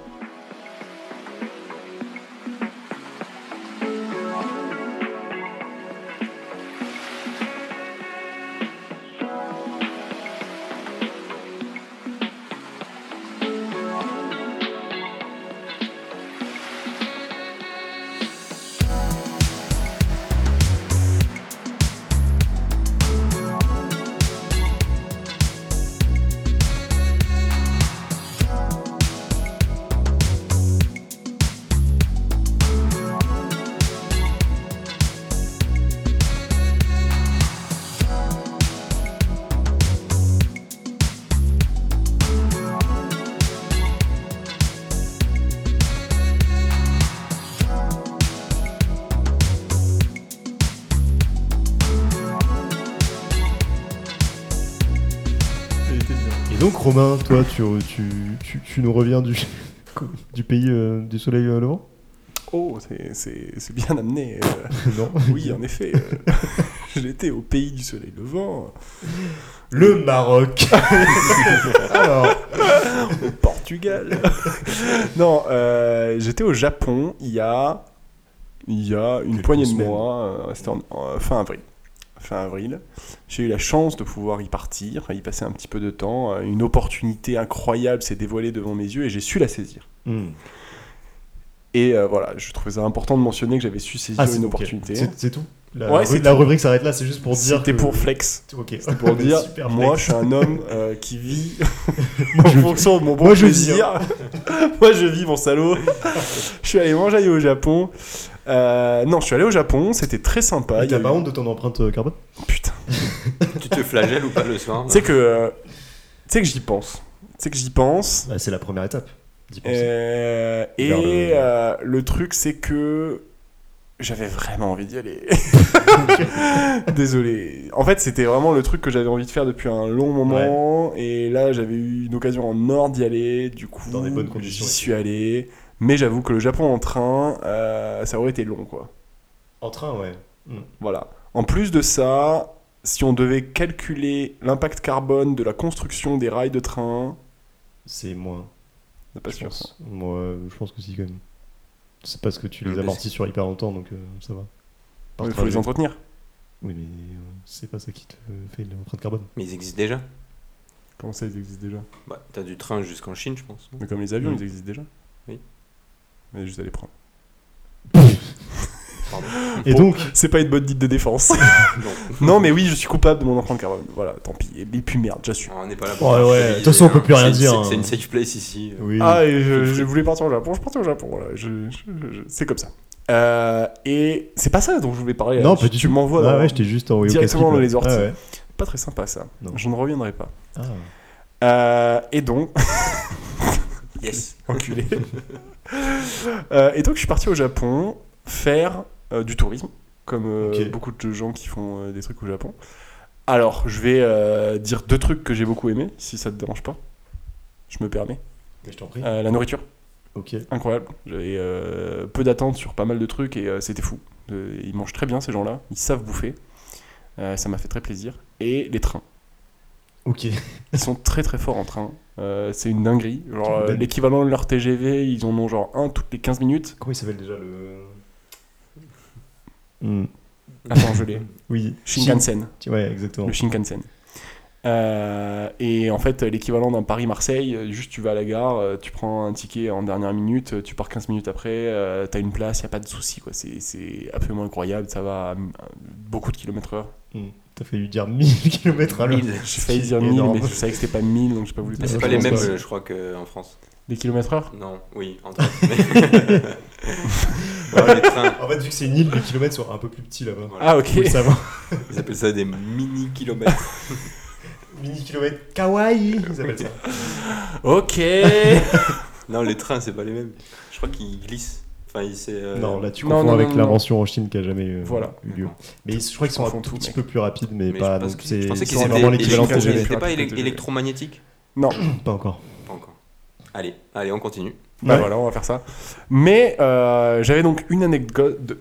Et donc, Romain, toi, tu, tu, tu, tu nous reviens du, (laughs) du pays euh, du soleil euh, levant Oh, c'est- c'est c'est bien amené. euh. Non. Oui, en effet. (laughs) euh, J'étais au pays du soleil levant, (laughs) (laughs) Le Maroc Alors, au Portugal. (laughs) non, euh, j'étais au Japon il y a, il y a une Quelques poignée de semaines. mois, euh, c'était en, en- fin avril. Fin avril, j'ai eu la chance de pouvoir y partir, y passer un petit peu de temps. Euh, Une opportunité incroyable s'est dévoilée devant mes yeux et j'ai su la saisir. Hmm. Et euh, voilà, je trouvais ça important de mentionner que j'avais su saisir Ah, c'est une ok. opportunité. C'est c'est tout La, Ouais, ru- c'est la tout. rubrique s'arrête là, c'est juste pour dire. C'était que- pour flex. Ok. C'était (laughs) pour dire, Super moi je flex. suis un homme euh, qui (laughs) vit (laughs) Moi, en je- fonction de mon bon Moi, je vis, plaisir. (laughs) Moi je vis mon salaud. je suis allé manger au Japon. Euh, non, je suis allé au Japon, c'était très sympa. Et Il y a T'as pas eu- honte de ton empreinte euh, carbone Putain. Tu te flagelles ou pas le soir Tu sais que, euh, tu sais que j'y pense. Tu sais que j'y pense. Bah, C'est la première étape. d'y penser. Euh, et Vers le- euh, le truc c'est que j'avais vraiment envie d'y (laughs) aller. Désolé. En fait, c'était vraiment le truc que j'avais envie de faire depuis un long moment. Et là, j'avais eu une occasion en or d'y aller. Du coup, Dans des bonnes conditions, j'y suis allé. Mais j'avoue que le Japon en train, euh, ça aurait été long, quoi. En train, ouais. Voilà. En plus de ça, si on devait calculer l'impact carbone de la construction des rails de train, C'est moins. on n'est pas je sûr. pense. Moi, euh, je pense que si, quand même. C'est parce que tu Le les basique. amortis sur hyper longtemps, donc euh, ça va. Par Il faut les trajet. entretenir. Oui, mais euh, c'est pas ça qui te fait l'empreinte carbone. Mais ils existent déjà. Comment ça, ils existent déjà Bah, T'as du train jusqu'en Chine, je pense. non Mais comme les avions, Mm. ils existent déjà. Oui. Mais juste à les prendre. Pardon. Et Ah, Bon. donc, C'est pas une bonne dite de défense. (laughs) Non. non, mais oui, je suis coupable de mon empreinte carbone. Voilà, tant pis. Et puis merde, j'assume. Non, On n'est pas là Ouais, ouais, culpabiliser, de toute façon, on peut plus hein. rien C'est- dire, c'est- hein. C'est une safe place ici. oui, Ah, et je, je voulais partir au Japon, je partais au Japon, voilà. Je- je- je- c'est comme ça. Euh, et c'est pas ça dont je voulais parler. là. non, tu, pas du tu tout. m'envoies Ah dans- ouais, je t'ai juste envoyé au directement casse-pipe, dans là. les orties. Ah ouais. Pas très sympa ça. Non. Je ne reviendrai pas. Ah. Euh, et donc, Yes. enculé. (laughs) Euh, et donc, je suis parti au Japon faire euh, du tourisme, comme euh, Ok. beaucoup de gens qui font euh, des trucs au Japon. Alors, je vais euh, dire deux trucs que j'ai beaucoup aimé, si ça te dérange pas. Je me permets. Mais je t'en prie. Euh, la nourriture. Ok. incroyable. J'avais euh, peu d'attentes sur pas mal de trucs et euh, c'était fou. Euh, ils mangent très bien ces gens-là, ils savent bouffer. Euh, ça m'a fait très plaisir. Et les trains. Ok. Ils sont très très forts en train. Euh, c'est une dinguerie. Genre, euh, Dingue. l'équivalent de leur TGV, ils en ont genre un toutes les 15 minutes. Comment il s'appelle déjà le. Hmm. Attends, je (laughs) l'ai. Oui. Shinkansen. Shin- Ouais, exactement. Le Shinkansen. Euh, et en fait, l'équivalent d'un Paris-Marseille, euh, juste tu vas à la gare, euh, tu prends un ticket en dernière minute, euh, tu pars 15 minutes après, euh, t'as une place, y a pas de souci, quoi. C'est- C'est absolument incroyable, ça va à, à beaucoup de kilomètres heure. Mm. T'as failli dire (laughs) 1000 km à l'heure. Mille. J'ai failli C'est dire 1000, énorme. mais je savais que c'était pas 1000, donc j'ai pas voulu Mais c'est passer je pas les pense mêmes, pas. euh, je crois, qu'en France. Des kilomètres heure Non, oui, en train. (laughs) Ouais, les trains, En fait, vu que c'est une île, les kilomètres sont un peu plus petits là-bas. voilà. Ah, ok. (laughs) Faut le savoir. Ah, Ils appellent ça des mini-kilomètres. (laughs) Mini kilomètre kawaii, ils appellent ça. Ok Non, les trains, c'est pas les mêmes. Je crois qu'ils glissent. Enfin, il s'est. euh, Non, là tu Non, confonds non, avec non, l'invention en Chine qui a jamais euh, Voilà. eu lieu. D'accord. Mais je crois qu'ils sont Je un confonds tout tout, petit mec. peu plus rapides, mais, mais pas. je, pense donc que- c'est je pensais qu'ils c'est étaient vraiment étaient l'équivalent électriques. TGV. électromagnétiques. TGV. pas élec- électromagnétiques Non, Pas encore. Pas encore. Allez, allez, on continue. bah Ouais. voilà, on va faire ça. Mais euh, j'avais donc une anecdote, de-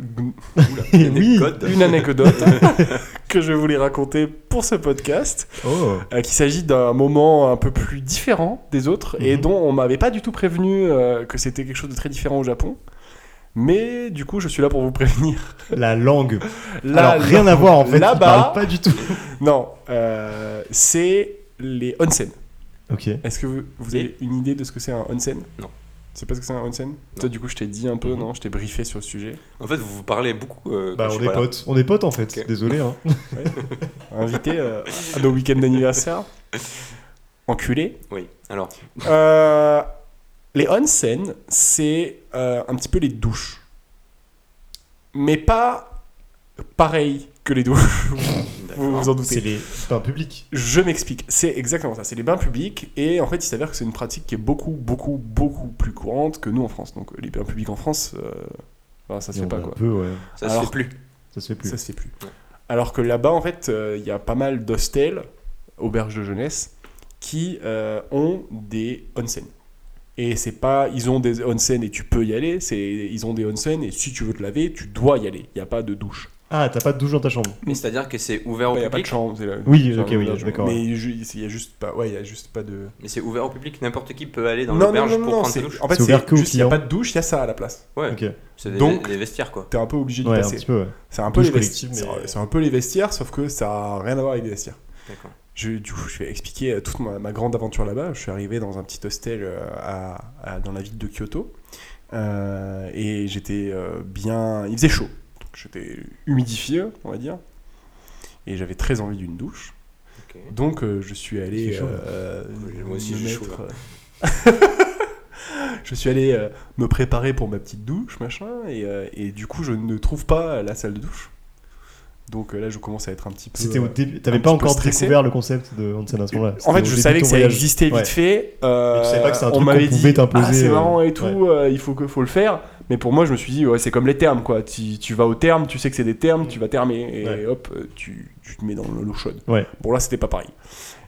Oula, Et il y a des oui. codes. une anecdote (laughs) que je voulais raconter pour ce podcast. Oh. euh, qu'il s'agit d'un moment un peu plus différent des autres et Mhm. dont on m'avait pas du tout prévenu euh, que c'était quelque chose de très différent au Japon. Mais du coup, je suis là pour vous (laughs) prévenir. La langue. Là, Alors rien à voir en fait. ils là-bas- parlent Pas du tout. non, euh, c'est les onsen. Ok. Est-ce que vous, vous Et avez une idée de ce que c'est un onsen Non. Tu sais pas ce que c'est un onsen Toi, du coup, je t'ai dit un peu, Mhm. non Je t'ai briefé sur le sujet. En fait, vous vous parlez beaucoup. euh, quand Bah je on suis est pas là. potes. On est potes en fait. Ok. Désolé. Hein. Invité euh, à nos week-ends (laughs) d'anniversaire. Enculé. Oui. Alors, Euh, les onsen, c'est euh, un petit peu les douches. Mais pas pareil que les douches, vous vous en C'est doutez. les bains publics. Je m'explique, c'est exactement ça, c'est les bains publics, et en fait il s'avère que c'est une pratique qui est beaucoup, beaucoup, beaucoup plus courante que nous en France. Donc les bains publics en France, euh, enfin, ça se Et fait on pas a quoi. Un peu, ouais. ça se Alors- fait plus. Ça se fait plus. Ça se fait plus. Ouais. Alors que là-bas, en fait, euh, il y a pas mal d'hostels, auberges de jeunesse, qui euh, ont des onsen. Et c'est pas, ils ont des onsen et tu peux y aller. C'est, ils ont des onsen et si tu veux te laver, tu dois y aller. Il n'y a pas de douche. Ah t'as pas de douche dans ta chambre. Mais c'est-à-dire que c'est ouvert au Il n'y a pas de public. chambre. c'est la- Oui, c'est ok, un oui, auberge. d'accord. Mais il ju- il y a juste pas, ouais, il y a juste pas de. Mais c'est ouvert au public. N'importe qui peut aller dans non, non, l'auberge non, pour non, prendre c'est, sa douche. en fait, C'est c'est ouvert que au juste, il n'y a client. pas de douche, il y a ça à la place. Ouais. Ok. C'est des, Donc- des vestiaires quoi. T'es un peu obligé de Ouais un passer. petit peu. ouais. C'est un peu Douche les vestiaires. collective, mais- C'est un peu les vestiaires, sauf que ça a rien à voir avec les vestiaires. D'accord. Je, du coup, je vais expliquer euh, toute ma, ma grande aventure là-bas. Je suis arrivé dans un petit hostel euh, à- à- dans la ville de Kyoto. Euh, et j'étais euh, bien. Il faisait chaud. Donc j'étais humidifié, on va dire. Et j'avais très envie d'une douche. Ok. Donc euh, je suis Il allé. fait chaud, euh, Oui, moi aussi, me j'ai mettre, chaud, euh, (laughs) je suis allé euh, me préparer pour ma petite douche, machin. Et, euh, et du coup, je ne trouve pas la salle de douche. Donc euh, là, je commence à être un petit peu. C'était euh, au début. T'avais un pas petit peu encore stressé. découvert le concept de Hansen à ce moment-là. En C'était au fait, je début de savait ton que ça voyage. existait vite Ouais. fait. euh, Mais tu savais pas que c'est un on truc qu'on m'avait pouvait dit, t'imposer, Ah, c'est euh, marrant et tout, euh, il faut, que, faut le faire. Mais pour moi, je me suis dit, ouais, c'est comme les termes, quoi. Tu, tu vas au terme, tu sais que c'est des termes, tu vas termer. Et Ouais. hop, euh, tu, tu te mets dans l'eau chaude. Ouais. Bon, là, c'était pas pareil.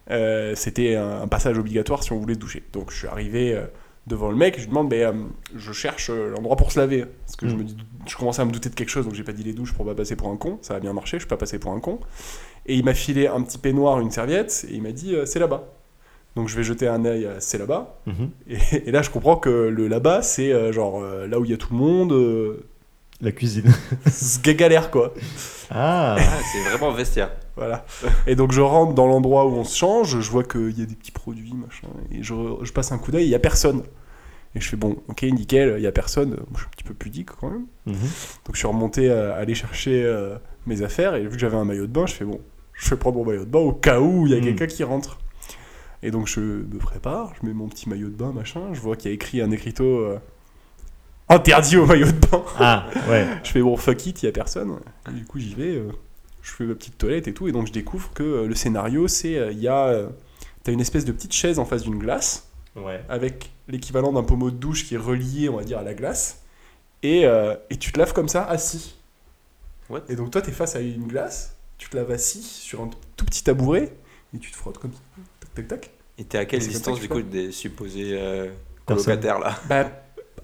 Euh, c'était un, un passage obligatoire si on voulait se doucher. Donc, je suis arrivé euh, devant le mec, je lui demande, mais euh, je cherche euh, l'endroit pour se laver. Parce que je Mm. me dis, je commençais à me douter de quelque chose, donc j'ai pas dit les douches pour pas passer pour un con. Ça a bien marché, je suis pas passé pour un con. Et il m'a filé un petit peignoir, une serviette, et il m'a dit, euh, c'est là-bas. Donc je vais jeter un œil, à c'est là-bas. Mhm. Et, et là, je comprends que le là-bas, c'est euh, genre euh, là où il y a tout le monde, euh, (laughs) La cuisine. c'est galère quoi. Ah. Ah, c'est vraiment vestiaire. Voilà. Et donc je rentre dans l'endroit où on se change, je vois qu'il y a des petits produits, machin, et je, je passe un coup d'œil, il y a personne. Et je fais bon, ok, nickel, il y a personne. Moi, je suis un petit peu pudique quand même. Mhm. Donc je suis remonté euh, aller chercher euh, mes affaires et vu que j'avais un maillot de bain, je fais bon, je vais prendre mon maillot de bain au cas où il y a Mm. quelqu'un qui rentre. Et donc je me prépare, je mets mon petit maillot de bain, machin, je vois qu'il y a écrit un écriteau euh, interdit au maillot de bain. (laughs) Ah ouais. je fais bon fuck it, il y a personne. Et du coup j'y vais, euh, je fais ma petite toilette et tout et donc je découvre que euh, le scénario c'est euh, il y a euh, t'as une espèce de petite chaise en face d'une glace Ouais. avec l'équivalent d'un pommeau de douche qui est relié, on va dire, à la glace. Et, euh, et tu te laves comme ça, assis. What Et donc toi, t'es face à une glace, tu te laves assis sur un tout petit tabouret, et tu te frottes comme ça. Tac, tac, tac. Et t'es à quelle C'est comme ça distance que du je coup des supposés euh, Personne. colocataires là Bah,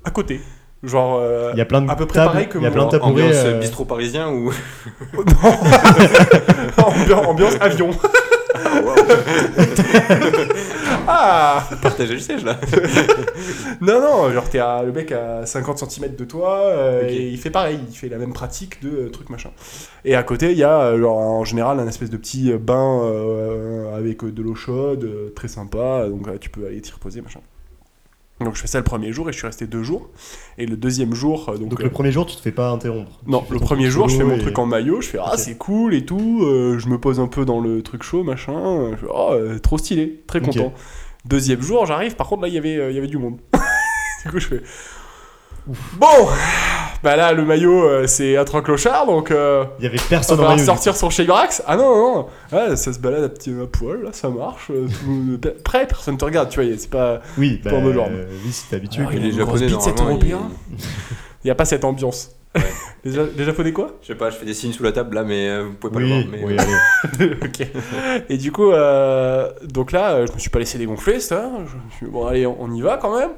à côté. Genre... euh, Il y a plein de à peu près tables- pareil que Il y a mon- plein de tables Ambiance bourrées, euh, bistrot parisien (laughs) ou non. (laughs) Ambiance- ambiance avion. ah partager le siège là Non, non, genre t'es à, le mec à 50 cm de toi, euh, Ok. et il fait pareil, il fait la même pratique de euh, truc machin. Et à côté, il y a euh, genre, en général un espèce de petit euh, bain euh, avec euh, de l'eau chaude, euh, très sympa, donc euh, tu peux aller t'y reposer, machin. Donc je fais ça le premier jour et je suis resté deux jours. Et le deuxième jour, euh, donc, Donc euh, le premier jour, tu te fais pas interrompre. non, Tu fais le ton premier petit jour, je fais solo mon et- truc en maillot, je fais ah Ok. c'est cool et tout, euh, je me pose un peu dans le truc chaud, machin, euh, je fais, oh euh, trop stylé, très Ok. content. Deuxième jour, (laughs) j'arrive, par contre là il y avait euh, il y avait du monde. du coup je fais bon, Bah là, le maillot, euh, c'est un train clochard, donc euh, Il y avait ça personne en va maillot. sortir son Shegrax. Ah non, non, non. Ah, ça se balade à petit à poil, là, ça marche. euh, tout- pe- Après, personne te regarde, tu vois, c'est pas... Oui, bah, Pour nos jambes. euh, oui, si t'es habitué. Alors, quoi. il les une grosse Japonais, bite, cet normalement, Européen. ils- Il n'y a pas cette ambiance. Ouais. (laughs) les, Ja- les Japonais quoi Je sais pas, je fais des signes sous la table là, mais euh, vous pouvez pas le voir. Oui, mais- oui, allez. (laughs) Ok. Et du coup, euh, donc là, euh, je me suis pas laissé dégonfler, ça. hein. Je me suis dit, bon, allez, on on y va quand même.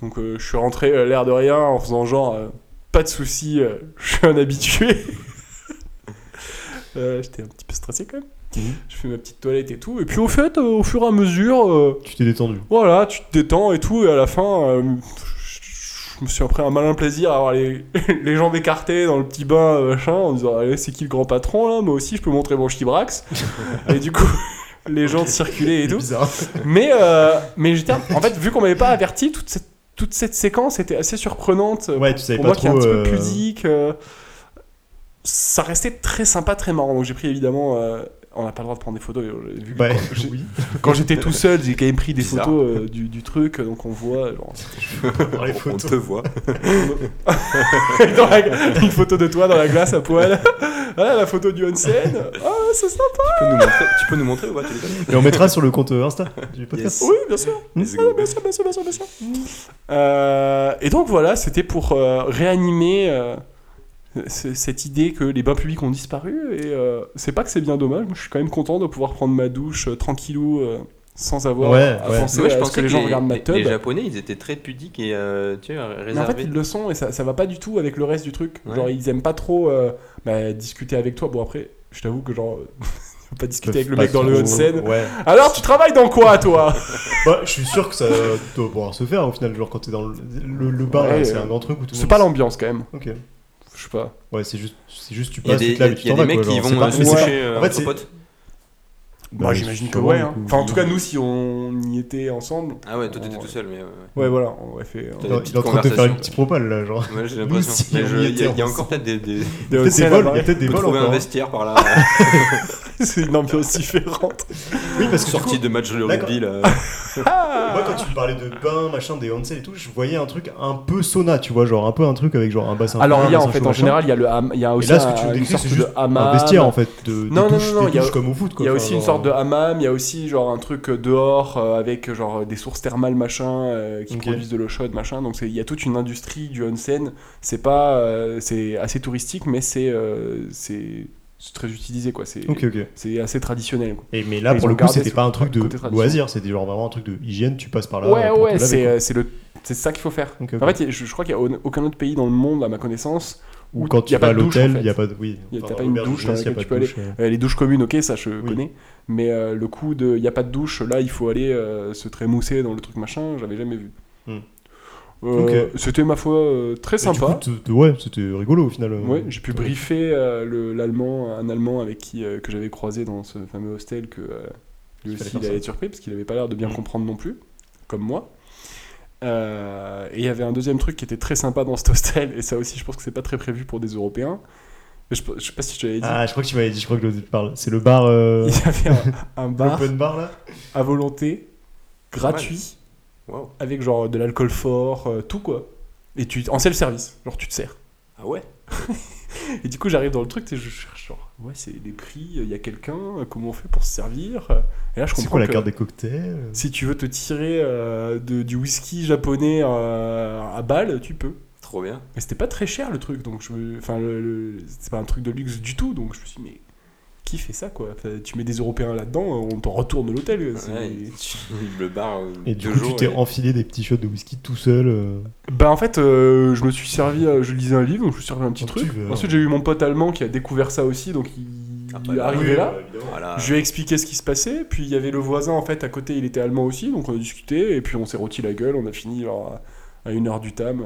Donc euh, je suis rentré euh, l'air de rien en faisant genre, euh, pas de soucis, euh, (laughs) je suis un habitué. (laughs) Euh, J'étais un petit peu stressé quand même. Mhm. Je fais ma petite toilette et tout. Et puis au fait, euh, au fur et à mesure, euh, Tu t'es détendu. voilà, tu te détends et tout. Et à la fin, euh, je je me suis pris un malin plaisir à avoir les, (laughs) les jambes écartées dans le petit bain, euh, machin, en disant Allez, c'est qui le grand patron là Moi aussi, je peux montrer mon (laughs) chibrax. et du coup, (laughs) les gens circulaient et tout. bizarre. Mais, euh, mais j'étais. En fait, vu qu'on m'avait pas averti, toute cette, toute cette séquence était assez surprenante. euh, Ouais, tu savais pour pas moi, qui est un trop. petit peu euh, pudique. euh, ça restait très sympa, très marrant. Donc j'ai pris évidemment. euh, on n'a pas le droit de prendre des photos. euh, Vu que bah, j'ai- (laughs) (laughs) oui. quand j'étais tout seul, j'ai quand même pris des Bizarre. photos euh, du, du truc, euh, donc on voit genre, Dans Oh, les On photos. te voit. (laughs) dans la- une photo de toi dans la glace à poil. Voilà la photo du onsen. Ah, c'est ça. Tu peux nous montrer, tu peux nous montrer ou pas tu les connais Et on mettra sur le compte euh, Insta du podcast. Yes. Oui, bien sûr. Let's Ah, go. bien sûr, bien sûr, bien sûr, bien sûr. Euh, et donc voilà, c'était pour euh, réanimer euh, c- cette idée que les bains publics ont disparu. Et euh, c'est pas que c'est bien dommage. Moi, je suis quand même content de pouvoir prendre ma douche euh, tranquillou. euh, sans avoir Ouais, à ouais. penser Mais ouais, je à ce pensais que les gens regardent ma les- teub. Les Japonais, ils étaient très pudiques et euh, tu vois, Mais en réservés. fait, ils le sont et ça, ça va pas du tout avec le reste du truc. Ouais. Genre, ils aiment pas trop euh, bah, discuter avec toi. Bon, après, je t'avoue que genre, (laughs) ils veulent pas discuter avec le mec dans le Pas trop- Hudson. Ouais. Alors, tu travailles dans quoi, (laughs) toi Bah, je suis sûr que ça doit pouvoir se faire au final. Genre, quand t'es dans le, le, le bar, Ouais, là, c'est euh, un grand truc où tout le C'est monde. pas l'ambiance quand même. Ok. Je sais pas. Ouais, c'est juste, c'est juste tu Il y a passes, des, tu te laves et il tu y a des t'en vas. mecs quoi, qui genre, vont c'est pas- euh, se c'est- coucher euh, en fait, entre c'est- potes. Bah, Moi, j'imagine que sûrement, ouais. du hein. coup. Enfin, en tout cas, nous, si on y était ensemble. Ah ouais, toi t'étais on- tout seul, mais ouais, ouais. Ouais, voilà, on aurait fait. T'as Il est des euh, en- petites il est en train de te faire conversations. une petite propale là, genre. Moi j'ai Nous l'impression. aussi, Mais on je- y Il y, a- était il y a ensemble. encore peut-être des. des... des Peut-être des Hudson, vols, là-bas. il y a peut-être Tu des peux vols trouver un encore. hein. vestiaire par là, (laughs) (laughs) euh, C'est une ambiance différente. Oui, parce que du sortie coup, de match de D'accord. Ah, rugby là. moi quand tu me parlais de bain, machin, des onsen et tout, je voyais un truc un peu sauna, tu vois, genre un peu un truc avec genre un bassin. Alors, froid, il y a un en bassin fait, chaud, en machin. général, il y a le ham- il y a Et aussi là, ce que tu un- me une décris, sorte c'est juste de hammam. un vestiaire en fait, de, des Non, non, douches, non, non, des il y a- douches comme au foot quoi. Il y a Enfin, aussi une genre, sorte de hammam, il y a aussi genre un truc euh, dehors euh, avec euh, genre des sources thermales machin euh, qui Ok. produisent de l'eau chaude machin. Donc c'est- il y a toute une industrie du onsen. C'est pas euh, c'est assez touristique mais c'est euh, c'est c'est très utilisé quoi. C'est Ok, ok. c'est assez traditionnel. Quoi. Et mais là Ils pour ont le coup, gardé c'était ce pas un truc de côté tradition. loisir, c'était genre vraiment un truc de hygiène, tu passes par là. ouais prends ton ouais laver, c'est quoi. euh, c'est le c'est ça qu'il faut faire. Ok, ok. En fait je, je crois qu'il y a au- aucun autre pays dans le monde à ma connaissance. Ou où quand il y tu a vas pas à de douche, en l'hôtel, fait. il y a pas de. Oui, Il y a- t'as enfin, pas une auberge douche jeunesse, dans il y a laquelle pas tu de peux aller. douche, euh. Euh, les douches communes ok ça je Oui. connais. Mais euh, le coup de il y a pas de douche là il faut aller euh, se trémousser dans le truc machin j'avais jamais vu. Hmm. Euh, C'était ma foi euh, très Et du coup, sympa. t- t- Ouais, c'était rigolo au final. euh. Ouais, j'ai pu briefer euh, le- l'allemand, un allemand avec qui euh, que j'avais croisé dans ce fameux hostel que euh, lui Il fallait aussi faire il allait ça. être surpris parce qu'il avait pas l'air de bien Mm. comprendre non plus, comme moi. Euh, et il y avait un deuxième truc qui était très sympa dans cet hostel et ça aussi je pense que c'est pas très prévu pour des Européens. Mais Je, je sais pas si je te l'avais dit. Ah, je crois que tu m'avais dit, je crois que l'autre parle. C'est le bar. euh, Il y avait (laughs) un, un bar Open bar là à volonté, gratuit. Waouh. avec genre de l'alcool fort, euh, tout quoi. Et tu en le service, genre tu te sers. Ah ouais Et du coup, j'arrive dans le truc, tu sais, je cherche genre ouais, c'est les prix, il y a quelqu'un, euh, comment on fait pour se servir Et là, je C'est comprends quoi la que carte des cocktails euh. si tu veux te tirer euh, de- du whisky japonais euh, à balle, tu peux. Trop bien. Mais c'était pas très cher le truc, donc je me- enfin le- le- c'est pas un truc de luxe du tout, donc je me suis dit mais qui fait ça quoi Enfin, Tu mets des Européens là-dedans, on t'en retourne de l'hôtel. c'est- Ouais, il- il le bar. euh, Et du deux coup, tu jours t'es et- enfilé des petits shots de whisky tout seul. euh. Bah en fait, euh, je me suis servi, euh, je lisais un livre, donc je me suis servi un petit Un truc. petit verre. Ensuite, j'ai eu mon pote allemand qui a découvert ça aussi, donc il, Ah, il est bah, arrivé là. Voilà. Je lui ai expliqué ce qui se passait, puis il y avait le voisin en fait à côté, il était allemand aussi, donc on a discuté, et puis on s'est rôti la gueule, on a fini genre, à à une heure du tam euh,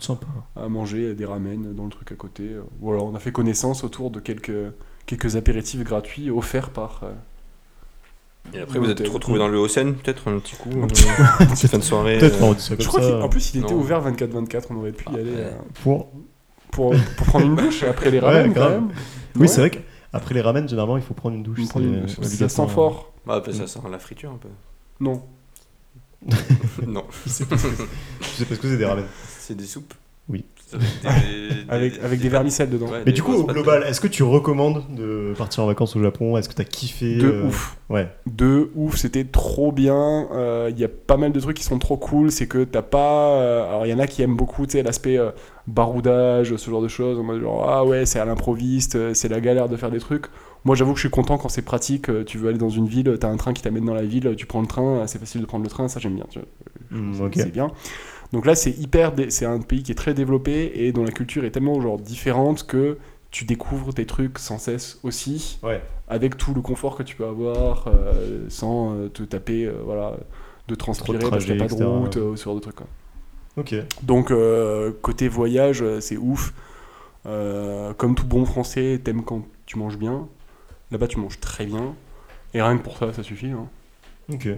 Sympa. à manger des ramen dans le truc à côté. euh. Voilà, on a fait connaissance autour de quelques, quelques apéritifs gratuits offerts par... euh, Et après, vous êtes Hôtel. retrouvés dans le Hausen, peut-être un petit (laughs) coup. Un euh, petit- Petite fin de soirée. Peut-être euh, on dit ça comme Je crois qu'en ça. plus il était Non. ouvert 24-24, on aurait pu y Ah, aller ouais. euh, Pour... pour, pour prendre une douche après les Ouais, ramen quand grave. même. Oui, Ouais. c'est vrai qu'après les ramen, généralement, il faut prendre une douche. On prend une- euh, parce que ça obligatoire. sent fort. Ah, bah, ça sent la friture (laughs) un peu. Non. non, Je sais pas ce que c'est des ramen. c'est des soupes. Oui. Avec (laughs) des, des- Avec, avec des vermicelles dedans. ouais, Mais des du coup, grosses au pattes global, est-ce que tu recommandes de partir en vacances au Japon Est-ce que t'as kiffé De euh, ouf. Ouais. De ouf, c'était trop bien. Il y a pas mal de trucs qui sont trop cool. C'est que t'as pas. euh, alors, il y en a qui aiment beaucoup tu sais, l'aspect euh, baroudage, ce genre de choses. En mode genre, ah ouais, c'est à l'improviste, euh, c'est la galère de faire des trucs. Moi, j'avoue que je suis content quand c'est pratique. euh, Tu veux aller dans une ville, t'as un train qui t'amène dans la ville, tu prends le train, euh, c'est facile de prendre le train, ça j'aime bien. tu vois. Hmm, C'est- ok. C'est bien. Donc là, c'est hyper, dé- c'est un pays qui est très développé et dont la culture est tellement genre différente que tu découvres des trucs sans cesse aussi, Ouais. avec tout le confort que tu peux avoir euh, sans euh, te taper, euh, voilà, de transpirer parce qu'il n'y a pas trajets, de route, etc., euh, ce genre de trucs. quoi. Ok. Donc euh, côté voyage, euh, c'est ouf. Euh, comme tout bon français, t'aimes quand tu manges bien. Là-bas, tu manges très bien. Et rien que pour ça, ça suffit. hein. Ok.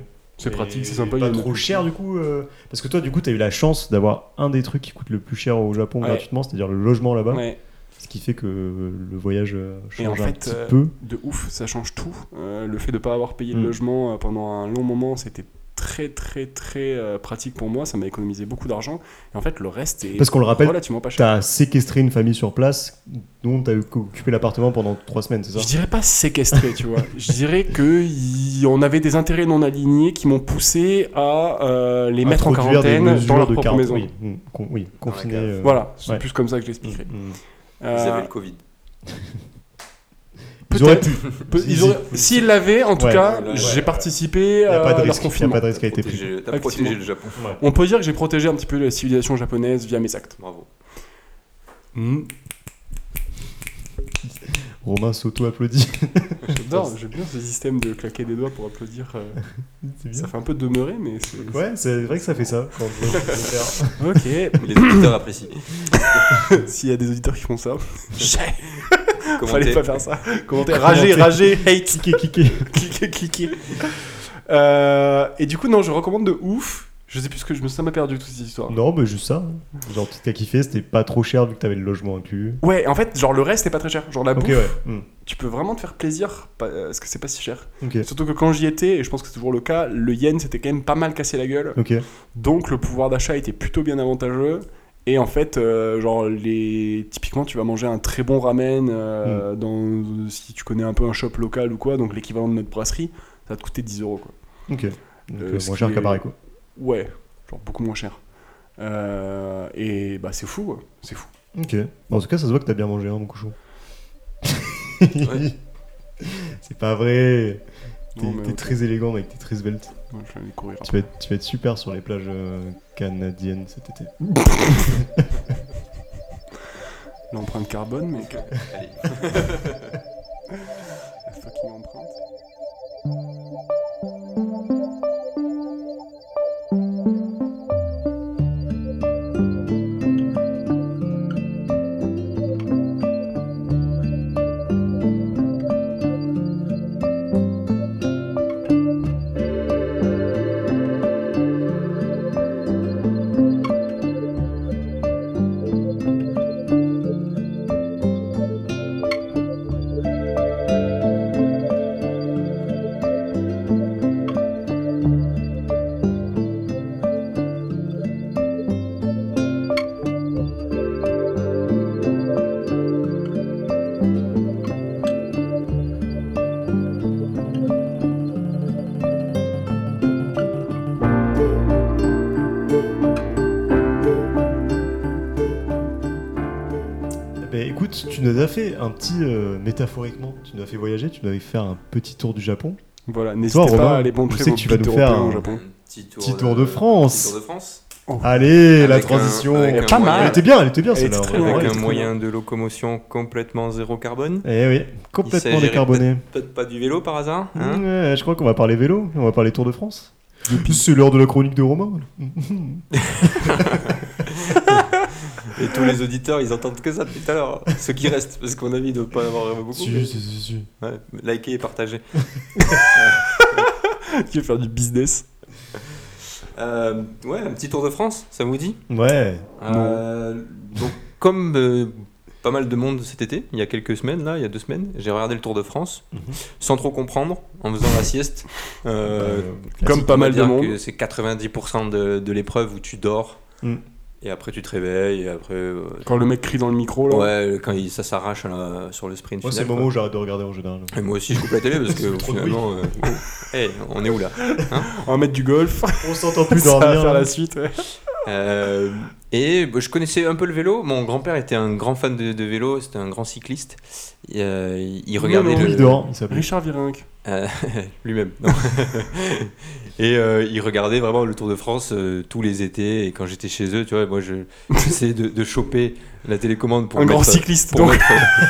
C'est Et pratique, c'est sympa. il y a Pas une trop culture. cher du coup. euh, Parce que toi, du coup, t'as eu la chance d'avoir un des trucs qui coûte le plus cher au Japon Ouais. gratuitement, c'est-à-dire le logement là-bas, Ouais. ce qui fait que euh, le voyage euh, change Et en un fait, petit euh, peu. de ouf, ça change tout. Euh, le fait de ne pas avoir payé le Mm. logement euh, pendant un long moment, c'était très très très euh, pratique pour moi. Ça m'a économisé beaucoup d'argent. Et en fait, le reste est Parce qu'on le rappelle, relativement pas cher. T'as séquestré une famille sur place dont t'as occupé l'appartement pendant trois semaines, c'est ça Je dirais pas séquestré, tu (laughs) vois. Je dirais que y- on avait des intérêts non alignés qui m'ont poussé à euh, les mettre en Introduire des quarantaine mesures dans leur de propre quarante- maison. Oui, mm, con- oui, confiné. cave. euh, Voilà, c'est Ouais. plus comme ça que je mm, l'expliquerai. mm. Ils Euh, avaient le Covid. Ils (laughs) auraient peut-être. pu. Peu- Ils- ils auraient- ils- S'ils l'avaient, en tout Ouais. cas, Ouais, ouais, j'ai ouais. participé Il n'y a pas à de leur risque, il y a euh, confinement. pas de risque qui a été pris. Protégé- T'as Activement. protégé le Japon. On peut dire que j'ai protégé un petit peu la civilisation japonaise via mes actes. Bravo. Hmm. Romain (laughs) s'auto-applaudit. J'adore, j'aime bien ce système de claquer des doigts pour applaudir. (laughs) euh, C'est ça bizarre. fait un peu demeurer, mais c'est. Ouais, c'est vrai que ça fait ça. quand on veut le (laughs) faire. Ok, Les auditeurs (laughs) apprécient. s'il y a des auditeurs qui font ça, (laughs) fallait Commentez. pas (laughs) faire ça. Commentez, ragez, ragez, (laughs) hate, Cliquez, cliquez. cliquez, cliquez. Euh, et du coup, non, je recommande de ouf. Je sais plus ce que je me ça m'a perdu toute cette histoire. Non, mais juste ça. Genre, tu t'as kiffé, c'était pas trop cher vu que t'avais le logement inclus. Ouais, en fait, genre le reste est pas très cher. Genre la Ok, bouffe, ouais. mm, tu peux vraiment te faire plaisir pas- euh, parce que c'est pas si cher. Ok. Surtout que quand j'y étais, et je pense que c'est toujours le cas, le yen c'était quand même pas mal cassé la gueule. Ok. Donc le pouvoir d'achat était plutôt bien avantageux. Et en fait, euh, genre les typiquement, tu vas manger un très bon ramen euh, Mm. dans si tu connais un peu un shop local ou quoi, donc l'équivalent de notre brasserie, ça va te coûter 10 euros quoi. Ok. Donc, Euh, euh, ce moins qui cher est- qu'à Paris, quoi. Ouais, genre beaucoup moins cher. Euh, et bah c'est fou, quoi. c'est fou. Ok. Bon, en tout cas, ça se voit que t'as bien mangé, hein, mon cochon. (laughs) C'est pas vrai. T'es Non, mais t'es ok. très élégant, mec. T'es très svelte. Ouais, je vais aller courir. Tu vas, être, tu vas être super sur les plages euh, canadiennes cet été. L'empreinte carbone, (laughs) mec. Allez. La fucking empreinte. Ben écoute, tu nous as fait un petit. euh, métaphoriquement, tu nous as fait voyager, tu nous avais fait un petit tour du Japon. Voilà, n'hésitez pas Romain, à aller je montrer sais vos que tu vas bites nous faire européens un- au Japon. (laughs) Petit Petit tour de France. Petit tour de France. Allez, la Avec un- transition. avec un Pas moyen- mal. Elle était bien, elle était bien Elle celle-là. était très en vrai. bien, Avec Elle un était très moyen de locomotion complètement zéro carbone. bien. Eh oui, complètement s'agirait décarboné. Peut-être pas du vélo par hasard hein Ouais, je crois qu'on va parler vélo, on va parler Tour de France. C'est l'heure de la chronique de Romain. Et tous les auditeurs, ils entendent que ça depuis tout à l'heure. Ceux qui restent, parce qu'on a mis de pas avoir beaucoup. Si, si, si, si. Ouais, likez et partagez. Qui veut faire du business Euh, ouais, un petit tour de France, ça vous dit Ouais. Euh, donc, comme euh, pas mal de monde cet été, il y a quelques semaines, là, il y a deux semaines, j'ai regardé le Tour de France sans trop comprendre, en faisant la sieste. Euh, Euh, Comme pas on va mal de dire monde. que C'est 90% de, de l'épreuve où tu dors. Mm. Et après, tu te réveilles, et après. euh, Quand le mec crie dans le micro, là. ouais, quand il- ça s'arrache à la- sur le sprint. Moi, c'est final, le moment quoi. où j'arrête de regarder en général. Et moi aussi, je coupe la télé parce que trop de finalement. euh, bon. Eh, on est où là On va mettre du golf. On s'entend plus (laughs) ça va dormir. faire là. la suite. ouais. Euh, et bah, je connaissais un peu le vélo. Mon grand-père était un grand fan de, de vélo, c'était un grand cycliste. Et, euh, il regardait non, le- Louis dehors, il s'appelait. Richard Virenque. Euh, lui-même. non. (laughs) et euh, il regardait vraiment le Tour de France euh, tous les étés. Et quand j'étais chez eux, tu vois, moi, je- j'essayais de, de choper la télécommande pour Un mettre- grand cycliste. pour Donc,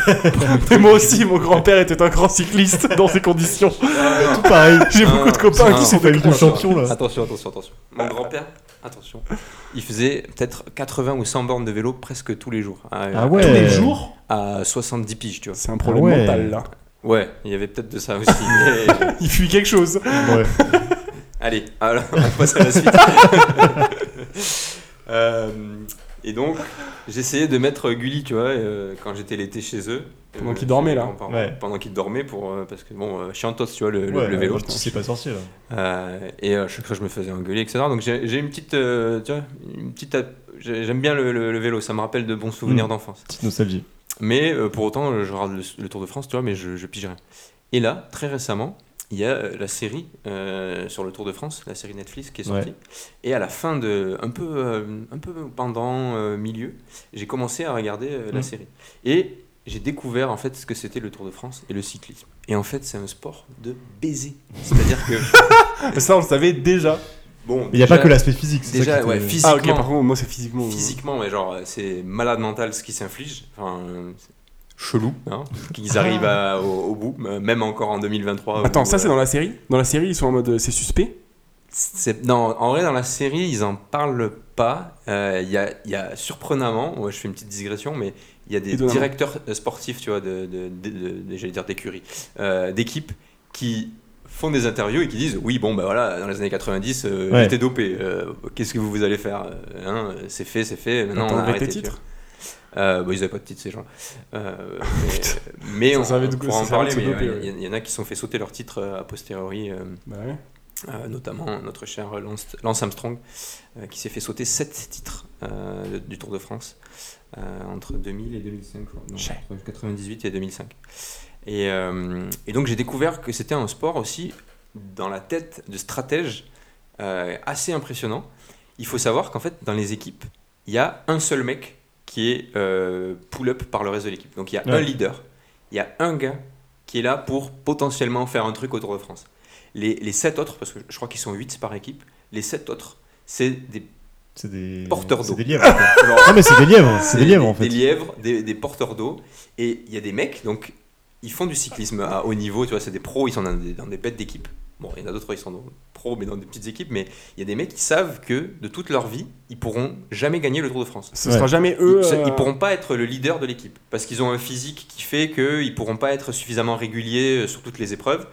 mettre- mais (laughs) moi aussi, mon grand-père était un grand cycliste dans ces conditions. Tout pareil. J'ai beaucoup de Ah, copains ah, qui sont pas du des tout grands. champion là. Attention, attention, attention. Mon grand-père, attention. Il faisait peut-être 80 ou 100 bornes de vélo presque tous les jours. À, Ah ouais. Tous les jours À 70 piges, tu vois. C'est un problème Ah ouais. mental, là. Ouais, il y avait peut-être de ça aussi. (laughs) (laughs) mais- euh, Il fuit quelque chose. (laughs) Ouais. Allez, alors, on passe à la suite. (laughs) Euh, et donc, j'essayais de mettre Gulli, tu vois, euh, quand j'étais l'été chez eux. Pendant Euh, qu'il dormait, chez mes là. grands-parents. Ouais. Pendant qu'il dormait, pour, euh, parce que bon, euh, chiantos, tu vois, le, le- Ouais, le vélo. moi, je sais pas sorcier là. Euh, et euh, chaque fois, je me faisais engueuler, etc. Donc, j'ai j'ai une petite. euh, tu vois, une petite. app- j'ai- J'aime bien le, le- le vélo, ça me rappelle de bons souvenirs Mm. d'enfance. Petite nostalgie. Mais euh, pour autant, euh, je regarde le, le Tour de France, tu vois, mais je, je pige rien. Et là, très récemment, il y a euh, la série euh, sur le Tour de France, la série Netflix qui est sortie. Et à la fin de, un peu, euh, un peu pendant euh, milieu, j'ai commencé à regarder euh, la Mhm. série. Et j'ai découvert en fait ce que c'était le Tour de France et le cyclisme. Et en fait, c'est un sport de baiser. C'est-à-dire (laughs) que Ça, on le savait déjà. bon, Mais il n'y a déjà- pas que l'aspect physique. c'est ça Déjà, qui te- ouais, Ah, physiquement, ok, par contre, moi, c'est physiquement. euh, physiquement, ouais, genre, euh, c'est malade mental ce qui s'inflige. Enfin, euh, c'est chelou, hein, (laughs) qu'ils arrivent à- au, au bout, euh, même encore en 2023. Ah, Attends, où, ça, euh, c'est dans la série Dans la série, ils sont en mode euh, c'est suspect. c'est- non, en vrai, dans la série, ils en parlent pas. Euh, Il y, a, il y a surprenamment, ouais, je fais une petite digression, mais il y a des Étonnamment. directeurs euh, sportifs, tu vois, de, de, de- de- j'allais dire d'écurie, euh, d'équipes qui font des interviews et qui disent oui bon ben voilà dans les années 90 euh, Ouais. j'étais dopé Euh, qu'est-ce que vous, vous allez faire Euh, hein, c'est fait c'est fait maintenant Attends, on a avec arrêté les tu vois. titres. Euh, bon, ils n'avaient pas de titre, ces gens. (laughs) Euh, mais mais Ça on, servait on de- pourra ça en servait parler. de mais se doper, Il y, en- il y en a qui se sont fait sauter leur titre euh, a posteriori, euh, Bah ouais. euh, notamment notre cher Lance, Lance Armstrong, euh, qui s'est fait sauter 7 titres euh, de- du Tour de France euh, entre 2000 et 2005, je crois. Non, Chais. entre 98 et 2005. Et, euh, et donc j'ai découvert que c'était un sport aussi dans la tête de stratèges euh, assez impressionnant. Il faut savoir qu'en fait, dans les équipes, il y a un seul mec qui est euh, pull-up par le reste de l'équipe. Donc il y a Ouais. un leader, il y a un gars qui est là pour potentiellement faire un truc au Tour de France. Les, les sept autres, parce que je crois qu'ils sont huit par équipe, les sept autres, c'est des, C'est des. Porteur C'est d'eau. des lièvres. quoi. genre, Non mais c'est des lièvres. C'est des lièvres en Des fait. lièvres, des, des porteurs d'eau. Et il y a des mecs, donc ils font du cyclisme à haut niveau, tu vois, c'est des pros, ils sont dans des, dans des bêtes d'équipe. Bon, il y en a d'autres, ils sont dans- pros, mais dans des petites équipes, mais il y a des mecs qui savent que de toute leur vie, ils pourront jamais gagner le Tour de France. Ce Ouais. sera jamais Ils, eux. ils euh, pourront pas être le leader de l'équipe parce qu'ils ont un physique qui fait qu'ils pourront pas être suffisamment réguliers euh, sur toutes les épreuves.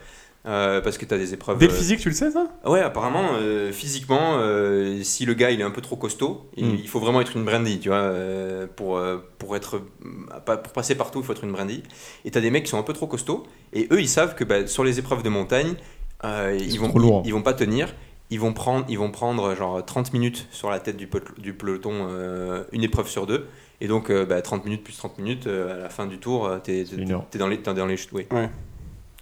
euh, parce que tu as des épreuves. Dès euh, le physique, tu le sais, ça Ouais, apparemment, euh, physiquement, euh, si le gars il est un peu trop costaud, il, Mm. il faut vraiment être une brandy, tu vois, euh, pour, euh, pour, être, euh, pas- pour passer partout, il faut être une brandy. Et t'as des mecs qui sont un peu trop costauds, et eux ils savent que bah, sur les épreuves de montagne, euh, ils, sont vont, trop lourds. ils, ils vont pas tenir, ils vont prendre, ils vont prendre genre 30 minutes sur la tête du, pel- du peloton, euh, une épreuve sur deux, et donc euh, bah, 30 minutes plus 30 minutes, euh, à la fin du tour, euh, t'es C'est une heure. t'es dans les, t'es dans les chutes, ouais. Ouais.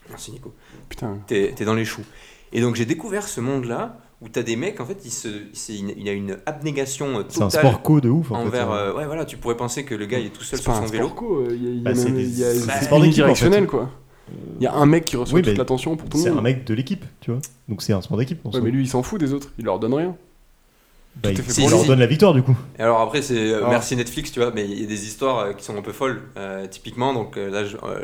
Merci Nico Putain. t'es t'es dans les choux. Et donc j'ai découvert ce monde-là où t'as des mecs, en fait, ils se, c'est une- il y a une abnégation euh, C'est un totale sport co de ouf en fait. envers. hein. euh, ouais, voilà, tu pourrais penser que le gars il est tout seul C'est sur pas son un vélo. sport co. euh, Il y a- il y a Bah, c'est même- des- il y a- c'est des c'est sports d'équipe, en fait. unidirectionnel, quoi. Il y a un mec qui reçoit Oui, toute mais l'attention pour tout le C'est monde. un mec de l'équipe, tu vois. Donc c'est un sport d'équipe. dans ce Ouais, mais sens. lui, il s'en fout des autres. Il leur donne rien. Bah, tout est il- fait il pour leur lui. donne la victoire du coup. Et alors après, c'est euh, Ah. merci Netflix, tu vois, mais il y a des histoires euh, qui sont un peu folles. Euh, typiquement, donc euh, là, je- euh,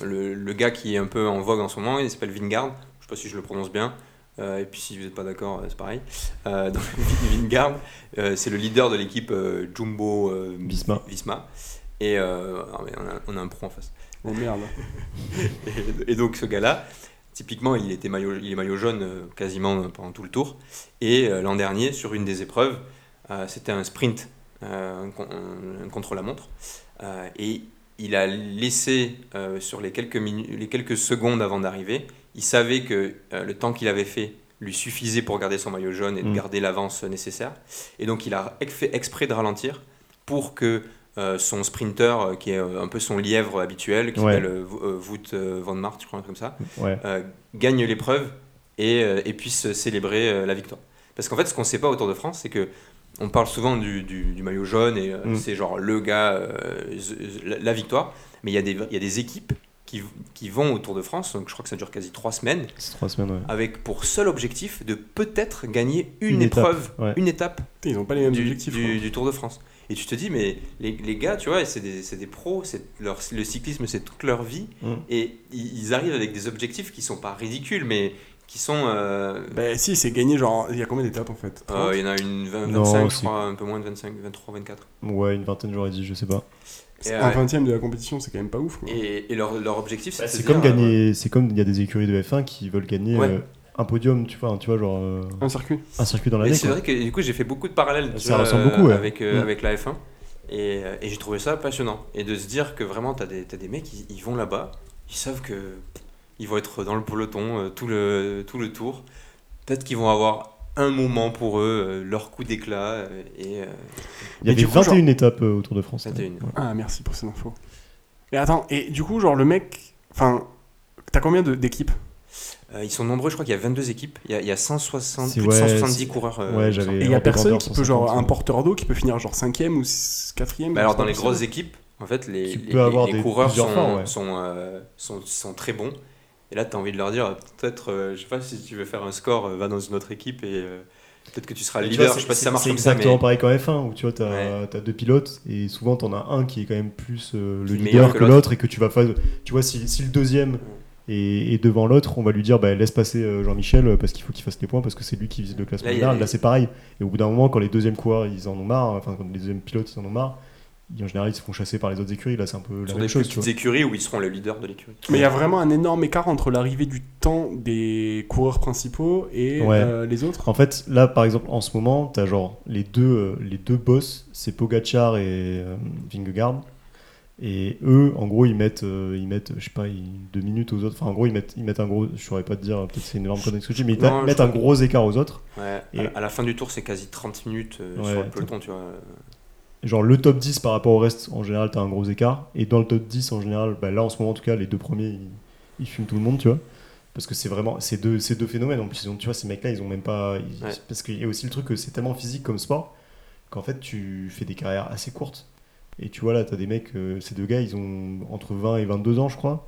le, le, le gars qui est un peu en vogue en ce moment, il s'appelle Vingard. Je sais pas si je le prononce bien. Euh, et puis si vous n'êtes pas d'accord, euh, c'est pareil. Euh, (laughs) donc Vingard, euh, c'est le leader de l'équipe euh, Jumbo euh, Visma. Visma. Et euh, ah, mais on, a, on a un pro en face. Oh merde. Et, et donc ce gars-là, typiquement, il était maillot, il est maillot jaune euh, quasiment pendant tout le tour. Et euh, l'an dernier, sur une des épreuves, euh, c'était un sprint, euh, un con- un, un contre-la-montre. Euh, et il a laissé euh, sur les quelques, minu- les quelques secondes avant d'arriver, il savait que euh, le temps qu'il avait fait lui suffisait pour garder son maillot jaune et de Mm. garder l'avance euh, nécessaire. Et donc il a ex- fait exprès de ralentir pour que euh, son sprinter, euh, qui est euh, un peu son lièvre habituel, qui Ouais. s'appelle euh, Vo- euh, Wout euh, Van Mart, je crois, un truc comme ça, Ouais. euh, gagne l'épreuve et, euh, et puisse célébrer euh, la victoire. Parce qu'en fait, ce qu'on ne sait pas autour de France, c'est que on parle souvent du, du- du maillot jaune et euh, Mm. c'est genre le gars, euh, z- z- la, la victoire. Mais il y, a des- il y a des équipes qui, v- qui vont au Tour de France, donc je crois que ça dure quasi trois semaines, C'est trois semaines, ouais. avec pour seul objectif de peut-être gagner une, Une étape, épreuve, ouais. une étape Putain, Ils n'ont pas les mêmes du, objectifs. du- quoi. du Tour de France. Et tu te dis, mais les, les gars, tu vois, c'est des, c'est des pros, c'est leur, le cyclisme, c'est toute leur vie. Mm. Et ils ils arrivent avec des objectifs qui sont pas ridicules, mais qui sont. euh, Bah si, c'est gagné genre. Il y a combien d'étapes en fait euh, il y en a une 20, Non, 25, je c'est- crois, un peu moins de 25, 23, 24. Ouais, une vingtaine, j'aurais dit, je sais pas. Et, Un euh, vingtième de la compétition, c'est quand même pas ouf. quoi. et, et leur, leur objectif, c'est de Bah, C'est se comme dire, euh, gagner, c'est comme il y a des écuries de F1 qui veulent gagner Ouais. euh, un podium, tu vois, hein, tu vois genre euh, Un circuit. un circuit dans Mais l'année. c'est quoi. vrai que du coup j'ai fait beaucoup de parallèles tu Ça vois, ressemble euh, beaucoup, ouais. avec, euh, Mm. avec la F1 et, euh, et j'ai trouvé ça passionnant et de se dire que vraiment t'as des, t'as des mecs ils, ils vont là-bas ils savent que pff, ils vont être dans le peloton euh, tout, le, tout le tour peut-être qu'ils vont avoir un moment pour eux euh, leur coup d'éclat euh, et euh, Il y Mais avait du coup, 21 étapes euh, autour de France. 21. Ouais. Ah, merci pour cette info. Et attends, et du coup, genre le mec. Enfin, t'as combien de- d'équipes euh, ils sont nombreux je crois qu'il y a 22 équipes il y a, il y a 160, C'est- plus de ouais, 170 c'est- coureurs euh, ouais, il me j'avais- semble. Et il y a en profondeur, personne qui peut, genre, 150, un porteur d'eau qui peut finir genre 5ème ou 4ème Bah alors dans les grosses équipes, en fait, les, Tu les- peux avoir les des- coureurs plusieurs sont, fois, ouais. sont, euh, sont, sont très bons. Et là, tu as envie de leur dire, peut-être, euh, je sais pas si tu veux faire un score, euh, va dans une autre équipe et euh, peut-être que tu seras le Tu leader. vois, je c'est- sais pas si c'est- ça marche C'est comme ça, mais exactement pareil qu'en F1 où tu vois, t'as Ouais. t'as deux pilotes et souvent t'en as un qui est quand même plus euh, le Meilleur leader que que, l'autre. l'autre et que tu vas faire. Tu vois, si, si le deuxième est, est devant l'autre, on va lui dire bah, laisse passer euh, Jean-Michel euh, parce qu'il faut qu'il fasse les points parce que c'est lui qui vise le classement Là, il y a général. les- Là, c'est pareil. Et au bout d'un moment, quand les deuxièmes coureurs ils en ont marre, enfin quand les deuxièmes pilotes ils en ont marre, ils- en général ils se font chasser par les autres écuries. Là, c'est un peu sur la des même chose. plus tu vois. petites écuries où ils seront le leader de l'écurie. Mais il y a vraiment un énorme écart entre l'arrivée du temps des coureurs principaux et Ouais. euh, les autres. En fait, là, par exemple, en ce moment, t'as genre les deux, euh, les deux boss, c'est Pogachar et euh, Vingegaard. Et eux, en gros, ils mettent, euh, ils mettent, je sais pas, ils- deux minutes aux autres. Enfin, en gros, ils mettent, ils mettent un gros. Je saurais pas te dire. Peut-être c'est une énorme connexion. que j'ai, Mais ils Non, je mettent un gros écart aux autres. Ouais, Et- à, à la fin du tour, c'est quasi 30 minutes euh, Ouais, sur le attends. peloton, tu vois. Genre le top 10 par rapport au reste, en général, t'as un gros écart. Et dans le top 10, en général, bah, là, en ce moment, en tout cas, les deux premiers, ils, ils fument tout le monde, tu vois. Parce que c'est vraiment ces deux, ces deux phénomènes. En plus, ils ont, tu vois, ces mecs-là, ils ont même pas. ils- Ouais. Parce qu'il y a aussi le truc que c'est tellement physique comme sport qu'en fait, tu fais des carrières assez courtes. Et tu vois, là, t'as des mecs, euh, ces deux gars, ils ont entre 20 et 22 ans, je crois.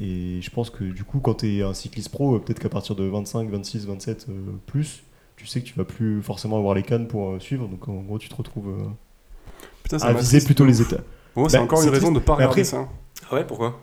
Et je pense que du coup, quand t'es un cycliste pro, euh, peut-être qu'à partir de 25, 26, 27, euh, plus, tu sais que tu vas plus forcément avoir les cannes pour euh, suivre. Donc en gros, tu te retrouves. euh, Putain, ça à m'a- viser Ah, plutôt les états. Pour moi, c'est Bah, encore une c'est raison de pas Mais regarder après- ça. Ah ouais, pourquoi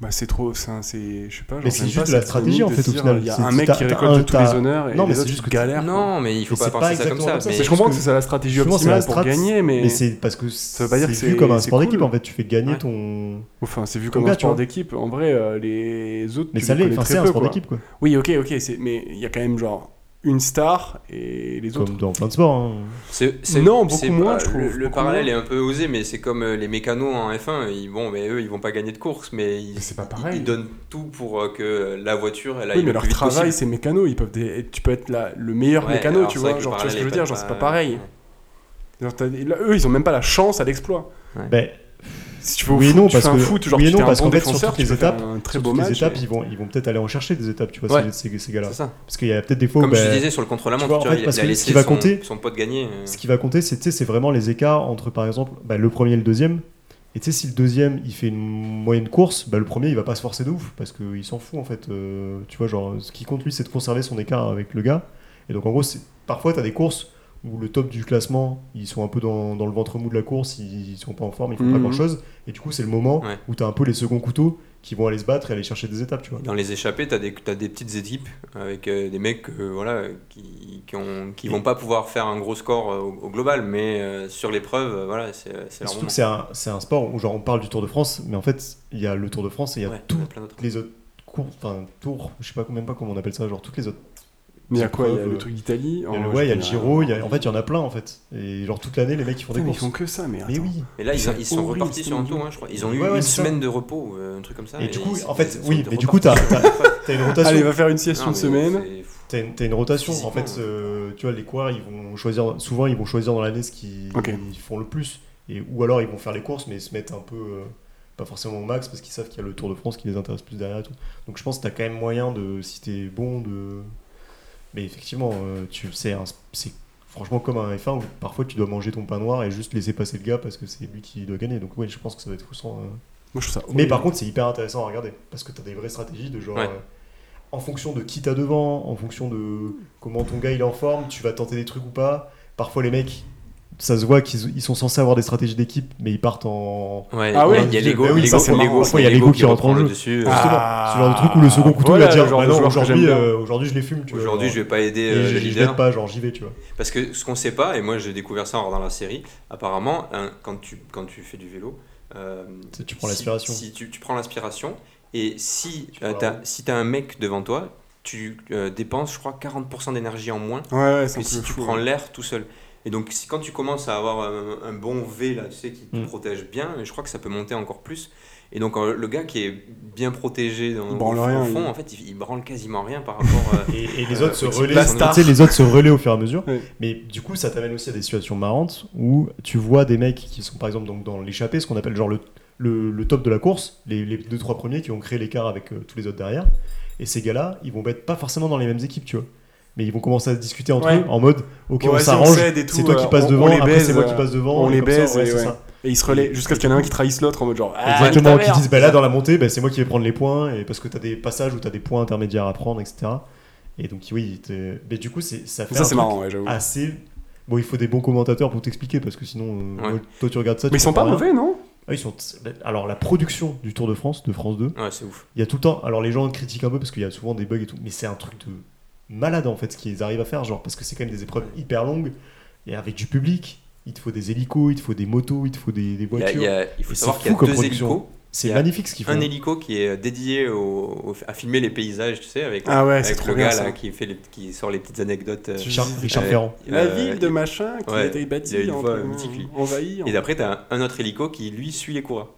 Bah c'est trop, c'est, un- c'est je sais pas. genre, Mais c'est j'aime juste pas de la cette stratégie, dynamique en de fait, se au dire, final. Il y a C'est- un c'est- mec t'as- qui t'as récolte un- tous t'as- les honneurs et Non, mais les c'est autres juste ils que t'as- galèrent. quoi. Non, mais il faut Mais pas c'est penser pas ça comme ça. exactement comme mais- ça, Mais je comprends que c'est ça la stratégie Souvent, c'est optimale la pour strat, gagner, mais, Mais c'est parce que ça veut pas dire que c'est vu c'est- comme un c'est sport cool. d'équipe en fait. Tu fais gagner Ouais. ton. enfin c'est vu Ton comme gars, un tu sport vois. d'équipe. En vrai, euh, les autres, Mais tu ça les l'est. connais Enfin, très c'est un peu, sport quoi. d'équipe quoi. Oui, ok, ok, c'est... mais il y a quand même genre une star et les autres. Comme dans plein de sports. hein. C'est- c'est- Non, beaucoup c'est moins, pas- je trouve, Le, le beaucoup parallèle moins. est un peu osé, mais c'est comme euh, les mécanos en F1. Ils, bon, mais eux, ils vont pas gagner de course, mais ils, Mais c'est pas ils- pareil. ils donnent tout pour euh, que la voiture, elle aille Oui, mais le leur plus vite travail, possible. c'est mécano. Ils peuvent des- Tu peux être la- le meilleur Ouais, mécano, alors tu c'est vois. vrai que le Genre, tu vois ce que je veux parallèle dire est Genre, pas- c'est pas pareil. Genre, t'as- là, eux, ils ont même pas la chance à l'exploit. Ben, Si tu veux au Oui et foot, non, tu parce fais un que- foot, genre, oui et tu non, t'es un parce bon qu'en fait, sur défenseur, toutes tu les peux faire étapes, un très sur beau toutes les match. étapes, et- ils vont ils vont peut-être aller en chercher des étapes. Tu vois Ouais. ces- ces ces gars-là. C'est ça. Parce qu'il y a peut-être des fois. où, Comme je ben, disais sur le contre la montre, tu vois, tu en vois, fait, il, a- parce il a que ce laissé qui va son, compter- son pote gagner. euh. Ce qui va compter, c'est tu sais, c'est vraiment les écarts entre, par exemple, bah, le premier et le deuxième. Et tu sais, si le deuxième, il fait une moyenne course, bah, le premier, il va pas se forcer de ouf, parce qu'il s'en fout, en fait. Euh, tu vois, genre, ce qui compte, lui, c'est de conserver son écart avec le gars. Et donc, en gros, c'est- parfois, tu as des courses où le top du classement, ils sont un peu dans, dans le ventre mou de la course, ils, ils sont pas en forme, ils font pas Mhm. grand-chose. Et du coup, c'est le moment Mmh. Ouais. où tu as un peu les seconds couteaux qui vont aller se battre et aller chercher des étapes, tu vois. Dans les échappées, t'as des, t'as des petites équipes avec euh, des mecs euh, voilà, qui, qui, ont, qui vont pas pouvoir faire un gros score euh, au, au global, mais euh, sur l'épreuve, euh, voilà, c'est c'est Et leur Surtout moment. que c'est un, c'est un sport où, genre, on parle du Tour de France, mais en fait, il y a le Tour de France et il y a Ouais, tout plein d'autres. les autres cours, enfin tours, je sais pas même pas comment on appelle ça, genre toutes les autres. Mais il y a quoi Il y a épreuves, le euh, truc d'Italie. il y a en- le, ouais, il y a le Oh, je- Giro, il y a- en fait il y en a plein en fait. Et genre toute l'année les mecs ils font Putain, des mais ils courses. font que ça, mais Mais attends. oui. Et là, ils, C'est ils sont horrible, repartis c'est sur un horrible. tour, hein, je crois. Ils ont eu Ouais, ouais, une c'est ça. semaine de repos, ou, euh, un truc comme ça. Et du coup, ils- en ils fait, sont oui, de mais repartis du coup t'as sur t'as- l'épreuve. (laughs) t'as une rotation. Allez, va faire une sieste Non, une mais semaine. c'est fou. T'as une, t'as une rotation. En Physiquement, fait, euh, tu vois, les coureurs, ils vont choisir, souvent, ils vont choisir dans l'année ce qu'ils Ok. ils font le plus. Et, ou alors, ils vont faire les courses, mais ils se mettent un peu, euh, pas forcément au max, parce qu'ils savent qu'il y a le Tour de France qui les intéresse plus derrière. et tout. Donc, je pense que t'as quand même moyen, de, si t'es bon, de. Mais effectivement, euh, tu c'est un- c'est franchement comme un F1 où parfois tu dois manger ton pain noir et juste laisser passer le gars parce que c'est lui qui doit gagner. Donc, ouais, je pense que ça va être frustrant. euh, Moi, je trouve ça. mais horrible. par contre, c'est hyper intéressant à regarder parce que t'as des vraies stratégies de genre. Ouais. euh, en fonction de qui t'as devant, en fonction de comment ton gars il est en forme, tu vas tenter des trucs ou pas. Parfois, les mecs, ça se voit qu'ils ils sont censés avoir des stratégies d'équipe, mais ils partent en. Ouais, Ah ouais, il y a Lego, bah oui, Lego, ça, c'est Lego, marrant. Parfois, il y a Lego qui rentre en reprend le jeu. dessus. euh, Ah, Justement, c'est le genre de truc où le second couteau voilà il va le dire genre bah de non, joueur que aujourd'hui, j'aime bien. euh, aujourd'hui, je les fume. Ah, tu vois, Aujourd'hui, genre, je vais pas aider et euh, je- le je l'aide leader. pas, genre j'y vais, tu vois. Parce que ce qu'on sait pas, et moi j'ai découvert ça en regardant la série, apparemment, hein, quand, tu, quand tu fais du vélo, euh, Tu- Tu prends si- l'aspiration. Si, tu, tu prends l'aspiration, et si Tu euh, prends la t'as roue. si t'as un mec devant toi, tu euh, dépenses, je crois, 40% d'énergie en moins Ouais, ouais, c'est que un si peu tu fou, prends ouais. l'air tout seul. Et donc, si, quand tu commences à avoir euh, un, un bon V, là, tu sais, qui te Mm. protège bien, et je crois que ça peut monter encore plus. Et donc, euh, le gars qui est bien protégé dans, Il branle au, au rien, fond, il- en fait, il, il branle quasiment rien par rapport. (laughs) euh, Et, et les autres se petit relaient. blast Bah, Tu sais, star. les autres se relaient au fur et à mesure. Oui. Mais du coup, ça t'amène aussi à des situations marrantes où tu vois des mecs qui sont par exemple donc, dans l'échappée, ce qu'on appelle genre le, le, le top de la course, les, les deux trois premiers qui ont créé l'écart avec euh, tous les autres derrière. Et ces gars-là, ils vont être pas forcément dans les mêmes équipes, tu vois. Mais ils vont commencer à se discuter entre Ouais. eux en mode Ok, Ouais, on vas-y, s'arrange, s'aide et tout, c'est toi qui euh, passes on- devant, on les après c'est baise, moi qui euh, passe devant. on et les comme ça, baise ouais, et c'est ouais. ça. Et ils se relaient jusqu'à ce qu'il y en ait un qui trahisse l'autre en mode genre. Ah, Exactement, ta qui mère. disent bah là dans la montée, bah, c'est moi qui vais prendre les points, et parce que t'as des passages où t'as des points intermédiaires à prendre, etc. Et donc oui, t'es- mais du coup c'est ça fait Ça, un c'est truc marrant, ouais, j'avoue. assez. Bon, il faut des bons commentateurs pour t'expliquer parce que sinon, euh, Ouais. moi, toi tu regardes ça. Mais tu ils sont pas comprends rien. mauvais, non Ah, ils sont. Alors la production du Tour de France, de France 2, Ouais, c'est ouf. il y a tout le temps. Alors les gens critiquent un peu parce qu'il y a souvent des bugs et tout, mais c'est un truc de malade en fait ce qu'ils arrivent à faire, genre parce que c'est quand même des épreuves hyper longues et avec du public. Il te faut des hélicos, il te faut des motos, il te faut des, des Il, y a- voitures. il y a- il faut Et c'est savoir qu'il fou y a comme deux production. hélicos. il C'est y a magnifique hein. ce qu'ils font. un hélico qui est euh, dédié au, au- à filmer les paysages, tu sais, avec, Ah ouais, avec c'est trop le bien gars ça. là, qui, fait les- qui sort les petites anecdotes. euh, Richard, Euh, Richard euh, Ferrand. La euh, ville de machin qui ouais, a été bâtie, il y a une en- voix mythique, lui. envahie. en- Et d'après, t'as un autre hélico qui lui suit les coureurs.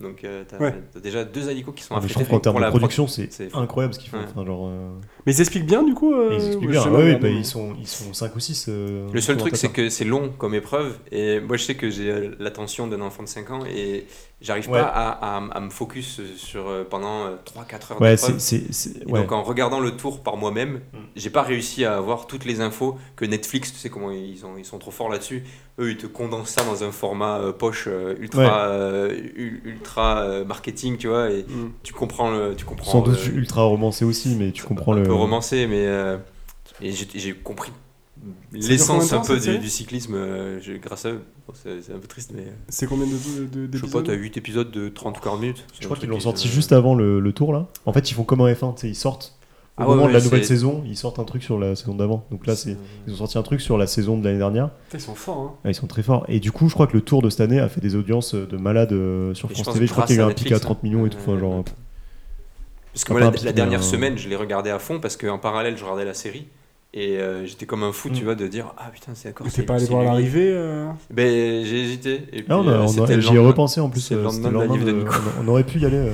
Donc euh, t'as Ouais. t'as déjà deux hélicos qui sont Ah, mais je affrétés trouve qu'en termes de la prod. production, c'est c'est fou. incroyable ce qu'ils font. Ouais. Enfin, genre, euh, Mais ils expliquent bien du coup. euh, et ils expliquent je bien. sais Ouais, pas, ouais, non, bah, non. ils sont, ils sont 5 ou euh, 6. Le seul truc, c'est que c'est long comme épreuve. Et moi, je sais que j'ai euh, l'attention d'un enfant de 5 ans et j'arrive Ouais. pas à, à- à me focus sur, euh, pendant euh, 3-4 heures Ouais, c'est. d'épreuve. c'est- c'est- Et ouais. Donc en regardant le tour par moi-même, Mm. j'ai pas réussi à avoir toutes les infos que Netflix, tu sais comment ils, ont, ils sont trop forts là-dessus. Eux, ils te condensent ça dans un format euh, poche euh, ultra Ouais. euh, ul- ultra euh, marketing, tu vois, et Mm. tu comprends le, tu comprends. Sans doute euh, ultra romancé aussi, mais tu comprends un le. peu romancé, mais euh, et j'ai j'ai compris Ça dure combien de l'essence temps, un peu cette série du, du cyclisme euh, j'ai- grâce à eux. Bon, c'est c'est un peu triste, mais euh, C'est combien de- de- de- je sais pas, d'épisodes t'as 8 épisodes de 30 ou 40 minutes. Je crois qu'ils l'ont euh, sorti juste avant le, le tour là. En fait, ils font comme un F1, tu sais, ils sortent au Ah ouais, moment ouais, de la nouvelle c'est- saison, ils sortent un truc sur la saison d'avant. Donc là, c'est ils ont sorti un truc sur la saison de l'année dernière. Putain, Ils sont forts, hein. Ah, ils sont très forts. Et du coup, je crois que le tour de cette année a fait des audiences de malades euh, sur Et je France pense TV. Je crois grâce qu'il y a eu à un pic à Netflix, 30 millions et tout. hein. Enfin, genre, Parce Ah, que moi, la, pas un la petit, dernière mais un- semaine, je l'ai regardé à fond parce qu'en parallèle, je regardais la série. Et euh, j'étais comme un fou, Mm. tu vois, de dire Ah putain, c'est d'accord. Mais c'est- T'es pas allé c'est voir lui. l'arrivée euh, Ben, j'ai hésité. Et puis, Ah, on a- euh, on a- c'était le j'y ai lendemain. repensé en plus. C'est le euh, lendemain c'était de la lendemain Live de de- On on aurait pu y aller euh,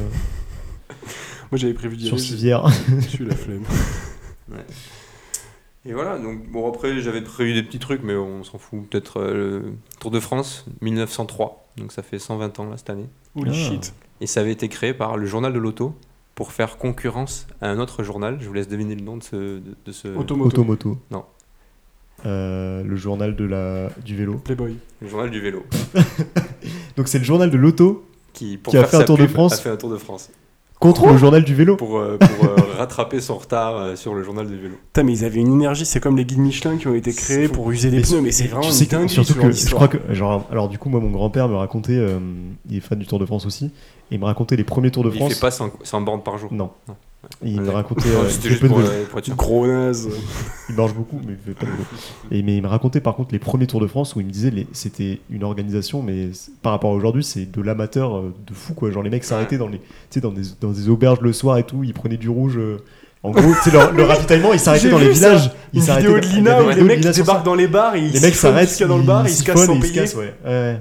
Moi j'avais prévu d'y sur aller. Civière. j'ai- Je suis la flemme. Et voilà, donc bon, après, j'avais prévu des petits trucs, mais on s'en fout. Peut-être euh, le Tour de France 1903. Donc ça fait 120 ans là cette année. (laughs) Holy Ah. shit. Et ça avait été créé par le journal de l'auto pour faire concurrence à un autre journal. Je vous laisse deviner le nom de ce. De, de ce Euh, Automoto. Automoto. Non. Euh, le journal de la... du vélo. Playboy. le journal du vélo. Donc c'est le journal de l'auto Qui, pour Qui a faire fait un sa Tour de pub, France. a fait un Tour de France. contre le journal du vélo. Pour, euh, pour, (laughs) euh, rattraper son retard euh, sur le journal du vélo. Putain, mais ils avaient une énergie, c'est comme les guides Michelin qui ont été C'est créés fou. pour user les Mais pneus, sur- mais c'est mais vraiment tu une sais que- dinguerie surtout ce que genre je d'histoire. crois que genre alors du coup moi mon grand-père me racontait euh, il est fan du Tour de France aussi et il me racontait les premiers Tours de Il France. fait pas 100, 100 bornes par jour. Non. Non. Il me Ouais. racontait Non, euh, il C'était fait juste peu de pour, vélo. euh, pour être sûr. Gros naze. il mange beaucoup mais il fait pas de vélo. Et mais il me racontait par contre les premiers Tours de France où il me disait les- c'était une organisation mais c'est- par rapport à aujourd'hui c'est de l'amateur euh, de fou quoi genre les mecs s'arrêtaient dans les tu sais dans des dans des auberges le soir et tout ils prenaient du rouge euh, en gros tu sais leur- le ravitaillement ils s'arrêtaient J'ai dans les vu ça. villages ils Une vidéo s'arrêtaient de dans- il y Lina avait où une les vidéo de mecs Lina sur ça. débarquent dans les bars et ils les mecs siphonnent s'arrêtent ce qu'il y a dans le bar et ils se cassent siphonnent sans et ils se payer. cassent, ouais. Ouais, ouais.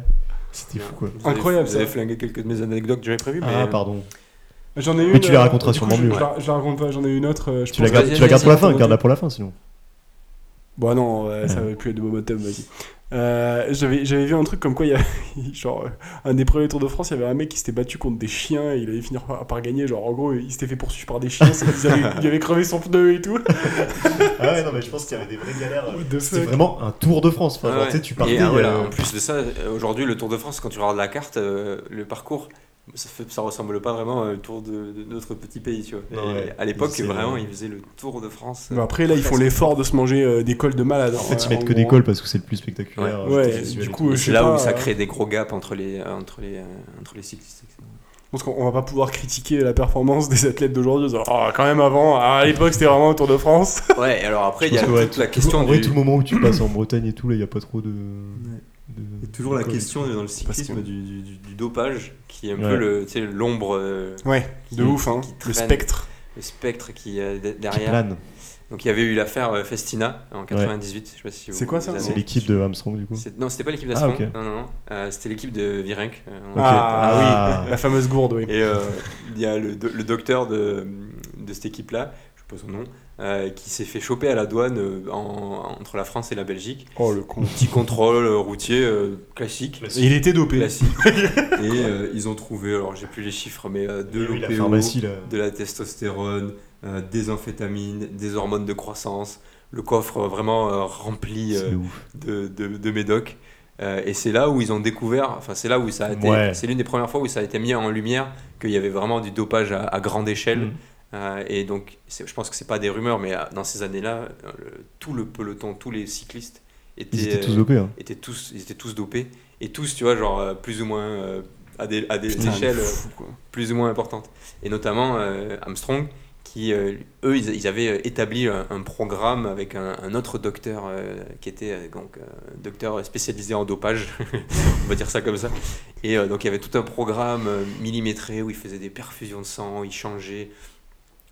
C'était fou quoi. Vous avez- Incroyable, Vous avez ça. flingué quelques de mes anecdotes que j'avais prévues. Ah mais... euh, pardon. J'en ai une. Mais tu la euh, raconteras du coup, sûrement je- mieux. Je, la- je la raconte pas, j'en ai une autre. euh, je Tu la pense gardes, que- Vas-y, tu la gardes pour la vas-y, fin, vas-y. garde-la pour la fin sinon. (laughs) Bon, non, euh, ça va plus être de Bobotum, vas-y. Euh, J'avais j'avais vu un truc comme quoi, il y a, (laughs) genre, euh, un des premiers Tours de France, il y avait un mec qui s'était battu contre des chiens et il allait finir par, par gagner. Genre, en gros, il s'était fait poursuivre par des chiens, c'est- ils (laughs) avaient- il avait crevé son pneu et tout. Ah ouais, non, mais je pense qu'il y avait des vraies galères. What the C'était fuck vraiment un tour de France. Enfin, Ah genre, ouais. tu sais, tu partais. Et, ah, voilà, euh, En plus de ça, euh, aujourd'hui, le Tour de France, quand tu regardes la carte, euh, le parcours, ça, fait, ça ressemble pas vraiment au tour de, de notre petit pays. Tu vois. Et Ouais. Bah, à l'époque, Il faisait, vraiment, euh, ils faisaient le Tour de France. euh, Mais après, là, ils font l'effort de se manger euh, des cols de malade. En fait, ils hein, mettent que gros. des cols parce que c'est le plus spectaculaire. Ouais, euh, du visuel et coup, tout. Et je c'est sais là pas, où ça euh, crée des gros gaps entre les, euh, entre les, euh, entre les cyclistes. etc. Parce qu'on on va pas pouvoir critiquer la performance des athlètes d'aujourd'hui. en disant, Oh, quand même, avant, à l'époque, c'était vraiment le Tour de France. (laughs) Ouais, et alors après, Je il y a pense que, ouais, toute la tout- question En vrai, du... tout le moment (coughs) où tu passes en Bretagne et tout, là, il n'y a pas trop de. Il de- y a toujours la de cols. question dans le cyclisme que- du, du- du- du dopage, qui est un Ouais. peu le, tu sais, l'ombre, euh, Ouais, de Qui- ouf, hein. qui Le traîne. spectre. le spectre qui est de- Qui derrière. plane. Donc il y avait eu l'affaire euh, Festina en 98, je sais pas si vous C'est quoi ça vous avez- C'est l'équipe de Armstrong, du coup. C'est- Non, c'était pas l'équipe Ah, d'Aston, ok. non, non, non. Euh, c'était l'équipe de Virenque. euh, on- Ah, Ah. oui, la fameuse gourde, oui. Et euh, il y a le, do- le docteur de, de cette équipe-là, je sais pas son nom, euh, qui s'est fait choper à la douane euh, en- entre la France et la Belgique. Oh, le con. Petit contrôle euh, routier euh, classique. Il était dopé. classique. (laughs) et euh, ils ont trouvé, alors j'ai plus les chiffres, mais euh, de Oui, la l'OPO, pharmacie, là. de la testostérone, euh, des amphétamines, des hormones de croissance, le coffre euh, vraiment euh, rempli C'est euh, ouf. de, de, de médoc. Euh, et c'est là où ils ont découvert, enfin c'est là où ça a été, Ouais. c'est l'une des premières fois où ça a été mis en lumière qu'il y avait vraiment du dopage à, à grande échelle. Mm. Euh, et donc c'est- je pense que c'est pas des rumeurs, mais euh, dans ces années-là, euh, le- tout le peloton, tous les cyclistes étaient, Ils étaient tous euh, dopés. hein. étaient tous, ils étaient tous dopés et tous, tu vois, genre euh, plus ou moins euh, à des, à des Putain, mais échelles euh, fou, quoi. plus ou moins importantes. Et notamment euh, Armstrong, qui euh, eux, ils, ils avaient euh, établi un, un programme avec un, un autre docteur euh, qui était euh, donc euh, docteur spécialisé en dopage, (laughs) on va dire ça comme ça. Et euh, donc il y avait tout un programme euh, millimétré où ils faisaient des perfusions de sang, ils changeaient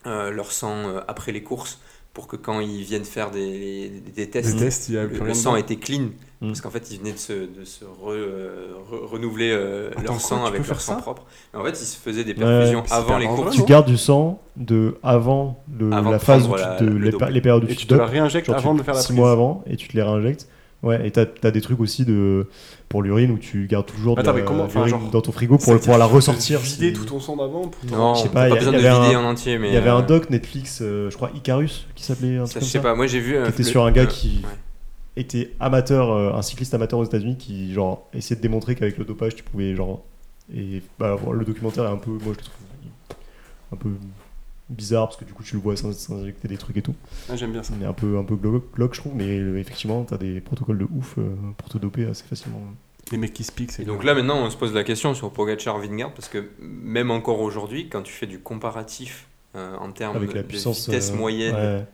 euh, leur sang euh, après les courses pour que quand ils viennent faire des, des Le tests, test, il y a plus le, rien le sang dedans. était clean Mm. parce qu'en fait ils venaient de se, de se re- euh, re- renouveler euh, Attends, quoi, leur sang tu peux avec faire leur sang ça propre. Et en fait ils se faisaient des Ouais, perfusions c'est avant hyper les dangereux, courses. Tu gardes du sang de avant, le- Avant la de phase où prendre tu la- te, le les, dopage. pa- les périodes où Et tu, tu te te la dopes. réinjectes Genre, tu- avant de faire la six prise. mois avant et tu te les réinjectes. Ouais, et t'as as des trucs aussi de pour l'urine où tu gardes toujours de Attends, la- mais comment- enfin, l'urine genre, dans ton frigo Ça pour veut pouvoir la dire que tu peux ressortir. Vider si- tout ton sang d'avant pour t'en- Non, Je sais t'as pas, pas, il y a- besoin il y de avait vider un- en entier, mais Il y avait euh, un doc Netflix, euh, je crois Icarus, qui s'appelait un ça, truc je comme sais ça. pas. Moi j'ai vu. euh, était le- sur un gars le- qui- ouais. était amateur, euh, un cycliste amateur aux États-Unis qui genre essayait de démontrer qu'avec le dopage tu pouvais genre et bah voilà, le documentaire est un peu moi je le trouve un peu bizarre parce que du coup tu le vois sans- sans injecter des trucs et tout. Ah, J'aime bien ça. On est un peu un peu glo- glauque je trouve mais euh, effectivement t'as des protocoles de ouf euh, pour te doper assez facilement. Les mecs qui se piquent, c'est Et donc là maintenant on se pose la question sur Pogacar Vingard parce que même encore aujourd'hui quand tu fais du comparatif euh, en termes Avec la de puissance vitesse euh, moyenne ouais.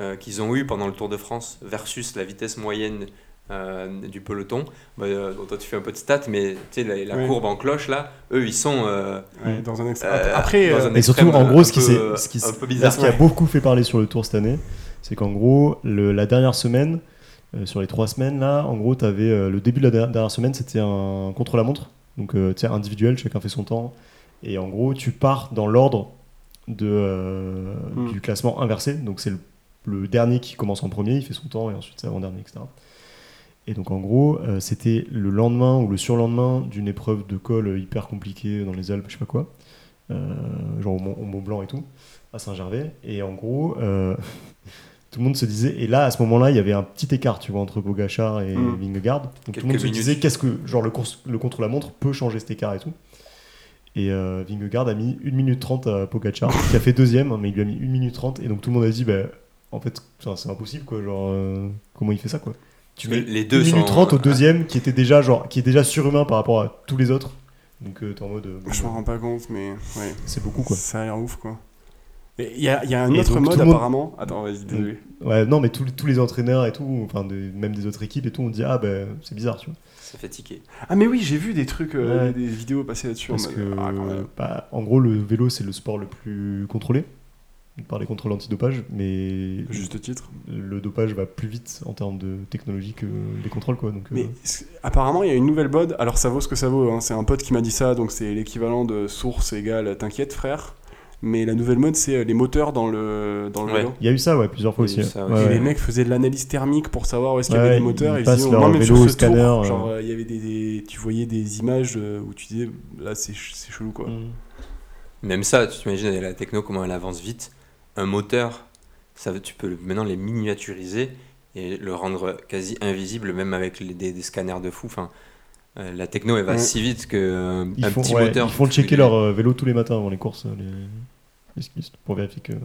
euh, qu'ils ont eu pendant le Tour de France versus la vitesse moyenne euh, du peloton. Bah, euh, bon, toi, tu fais un peu de stats, mais tu sais, la, la Ouais. courbe en cloche, là, eux, ils sont. euh, Ouais, dans un extra- euh, Après, dans euh, un Et extrême surtout, en un gros, ce qui, peu- euh, s'est- ce qui, un s'est- peu bizarre, ce qui a ouais. beaucoup fait parler sur le tour cette année, c'est qu'en gros, le- la dernière semaine, euh, sur les trois semaines, là, en gros, t'avais, euh, le début de la der- dernière semaine, c'était un contre-la-montre. Donc, euh, tu sais, individuel, chacun fait son temps. Et en gros, tu pars dans l'ordre de, euh, Hmm. Mm. du classement inversé. Donc, c'est le, le dernier qui commence en premier, il fait son temps, et ensuite, c'est avant-dernier, etc. Et donc en gros, euh, c'était le lendemain ou le surlendemain d'une épreuve de col euh, hyper compliquée dans les Alpes, je sais pas quoi, Euh, genre au Mont, au Mont Blanc et tout, à Saint-Gervais. Et en gros, euh, (laughs) tout le monde se disait, et là à ce moment-là, il y avait un petit écart, tu vois, entre Bogachar et Mm. Vingegaard. Donc tout Mmh. Quelques le monde se minutes. disait, qu'est-ce que, genre le, course- le contre-la-montre peut changer cet écart et tout. Et euh, Vingegaard a mis 1 minute 30 à Pogacar, qui a fait deuxième, hein, mais il lui a mis 1 minute 30. Et donc tout le monde a dit, bah, en fait, putain, c'est impossible, quoi. Genre, euh, comment il fait ça, quoi Tu Mais mets les 1 deux sont. euh, minute 30 au deuxième, qui était déjà, genre, qui est déjà surhumain par rapport à tous les autres. Donc euh, t'es en mode, euh, bon, je m'en rends pas compte, mais ouais, c'est beaucoup, quoi. ça a l'air ouf quoi. Et Il y a, il y a un Et autre donc, tout mode le monde- Mm. apparemment. Attends, vas-y, désolé. Ouais, non, mais tous, tous les entraîneurs et tout, enfin, des- même des autres équipes et tout, on dit, ah, bah, c'est bizarre, tu vois. Ça fait tiquer. Ah, mais oui, j'ai vu des trucs, euh, Ouais. des vidéos passer là-dessus. en Parce mode, que, ah, quand même. bah, en gros, le vélo, c'est le sport le plus contrôlé par les contrôles antidopage, mais Juste titre. le dopage va plus vite en termes de technologie que les contrôles quoi donc euh, Mais c- apparemment, il y a une nouvelle mode. Alors, ça vaut ce que ça vaut. hein. C'est un pote qui m'a dit ça, donc c'est l'équivalent de source égale t'inquiète, frère. Mais la nouvelle mode, c'est euh, les moteurs dans le, dans le Ouais. vélo. Il y a eu ça, ouais, plusieurs fois Il y a aussi. eu ouais. ça, Ouais, ouais. Et ouais. les mecs faisaient de l'analyse thermique pour savoir où est-ce qu'il y Ouais, avait des moteurs. ils Et ils passent disaient, leur moi, même vélo sur au ce tour, scanner, euh. genre, euh, il y avait des, des- tu voyais des images euh, où tu disais, là, c'est ch- c'est chelou, quoi. Mm. Même ça, tu imagines la techno, comment elle avance vite. Un moteur, ça, veut- tu peux le- maintenant les miniaturiser et le rendre quasi invisible, même avec les- des, des scanners de fou. Enfin, euh, la techno, elle va Ouais. si vite que euh, Ils un font, petit ouais, moteur. ils font checker tu- leur euh, vélo tous les matins avant les courses, euh, les, les cyclistes, pour vérifier que. Donc,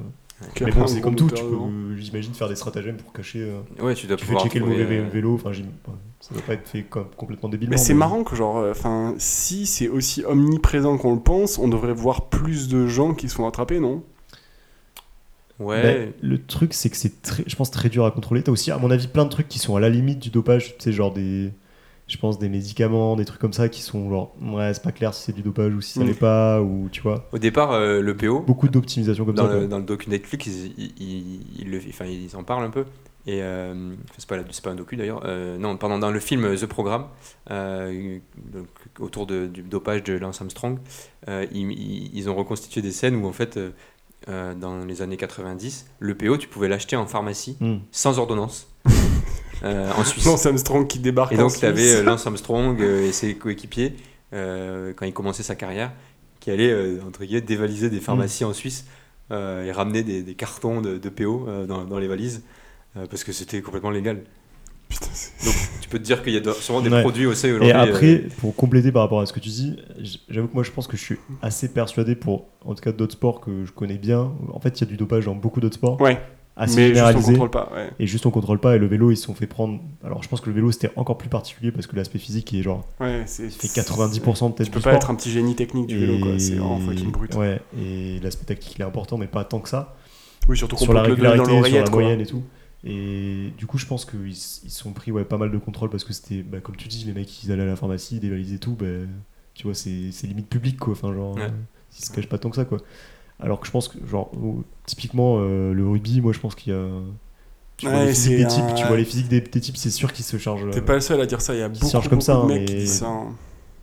Mais après, bon, un c'est gros comme tout, moteur tu devant. peux, euh, j'imagine, faire des stratagèmes pour cacher. euh, Ouais, tu dois tu fais pouvoir. checker le trouver, mauvais vé- euh, vélo, enfin, j'im- ouais, ça doit pas être fait comme complètement débile. Mais c'est marrant que genre, euh, enfin, si c'est aussi omniprésent qu'on le pense, on devrait voir plus de gens qui se font attraper, non (laughs) Ouais. Bah, le truc, c'est que c'est très, je pense, très dur à contrôler. T'as aussi, à mon avis, plein de trucs qui sont à la limite du dopage. Tu sais, genre des, je pense, des médicaments, des trucs comme ça qui sont genre, ouais, c'est pas clair si c'est du dopage ou si ça Mm. l'est pas, ou tu vois. Au départ, euh, le PO, Beaucoup d'optimisation comme dans, ça. le, quoi. dans le docu Netflix, ils, ils- ils- ils le- enfin, ils en parlent un peu. Et euh, enfin, c'est pas, la- c'est pas un docu d'ailleurs. Euh, non, pardon, dans le film The Programme, euh, donc, autour de- du dopage de Lance Armstrong, euh, ils, ils- ils ont reconstitué des scènes où en fait, euh, euh, dans les années 90, le PO, tu pouvais l'acheter en pharmacie Mm. sans ordonnance (laughs) euh, en Suisse. Non, c'est Armstrong qui débarque. Et en donc, Suisse. tu avais Lance Armstrong euh, et ses coéquipiers, euh, quand il commençait sa carrière, qui allaient, euh, entre guillemets, dévaliser des pharmacies en Suisse euh, et ramener des, des cartons de, de PO euh, dans, dans les valises, euh, parce que c'était complètement légal. Putain, c'est- Donc, tu peux te dire qu'il y a de- sûrement des Ouais. produits aussi Et aujourd'hui. après, euh, pour compléter par rapport à ce que tu dis, j- j'avoue que moi je pense que je suis assez persuadé pour, en tout cas d'autres sports que je connais bien, en fait il y a du dopage dans beaucoup d'autres sports, Ouais, assez mais juste on généralisé, contrôle pas. ouais. et juste on contrôle pas, et le vélo ils se sont fait prendre, alors je pense que le vélo c'était encore plus particulier parce que l'aspect physique est genre, Ouais, c'est. fait 90% peut-être Tu peux du pas sport. être un petit génie technique du vélo, quoi. C'est vraiment fucking brut. Ouais, et l'aspect tactique il est important, mais pas tant que ça. Oui, surtout qu'on sur la peut te le donner dans régularité, sur l'oreillette, la quoi. moyenne et tout. Et du coup, je pense qu'ils s- ils se sont pris ouais, pas mal de contrôle parce que c'était, bah, comme tu dis, les mecs ils allaient à la pharmacie, ils dévalisaient tout, bah, tu vois, c'est c'est limite public quoi. Enfin, genre, Ouais. euh, ils se cachent pas tant que ça quoi. Alors que je pense que, genre, au- typiquement euh, le rugby, moi je pense qu'il y a. Tu vois Ouais, les physiques c'est des types, un- tu vois les physiques des, des types, c'est sûr qu'ils se chargent. T'es euh, pas le seul à dire ça, il y a se beaucoup, charge comme ça, beaucoup de hein, mecs qui mais- disent ça. hein.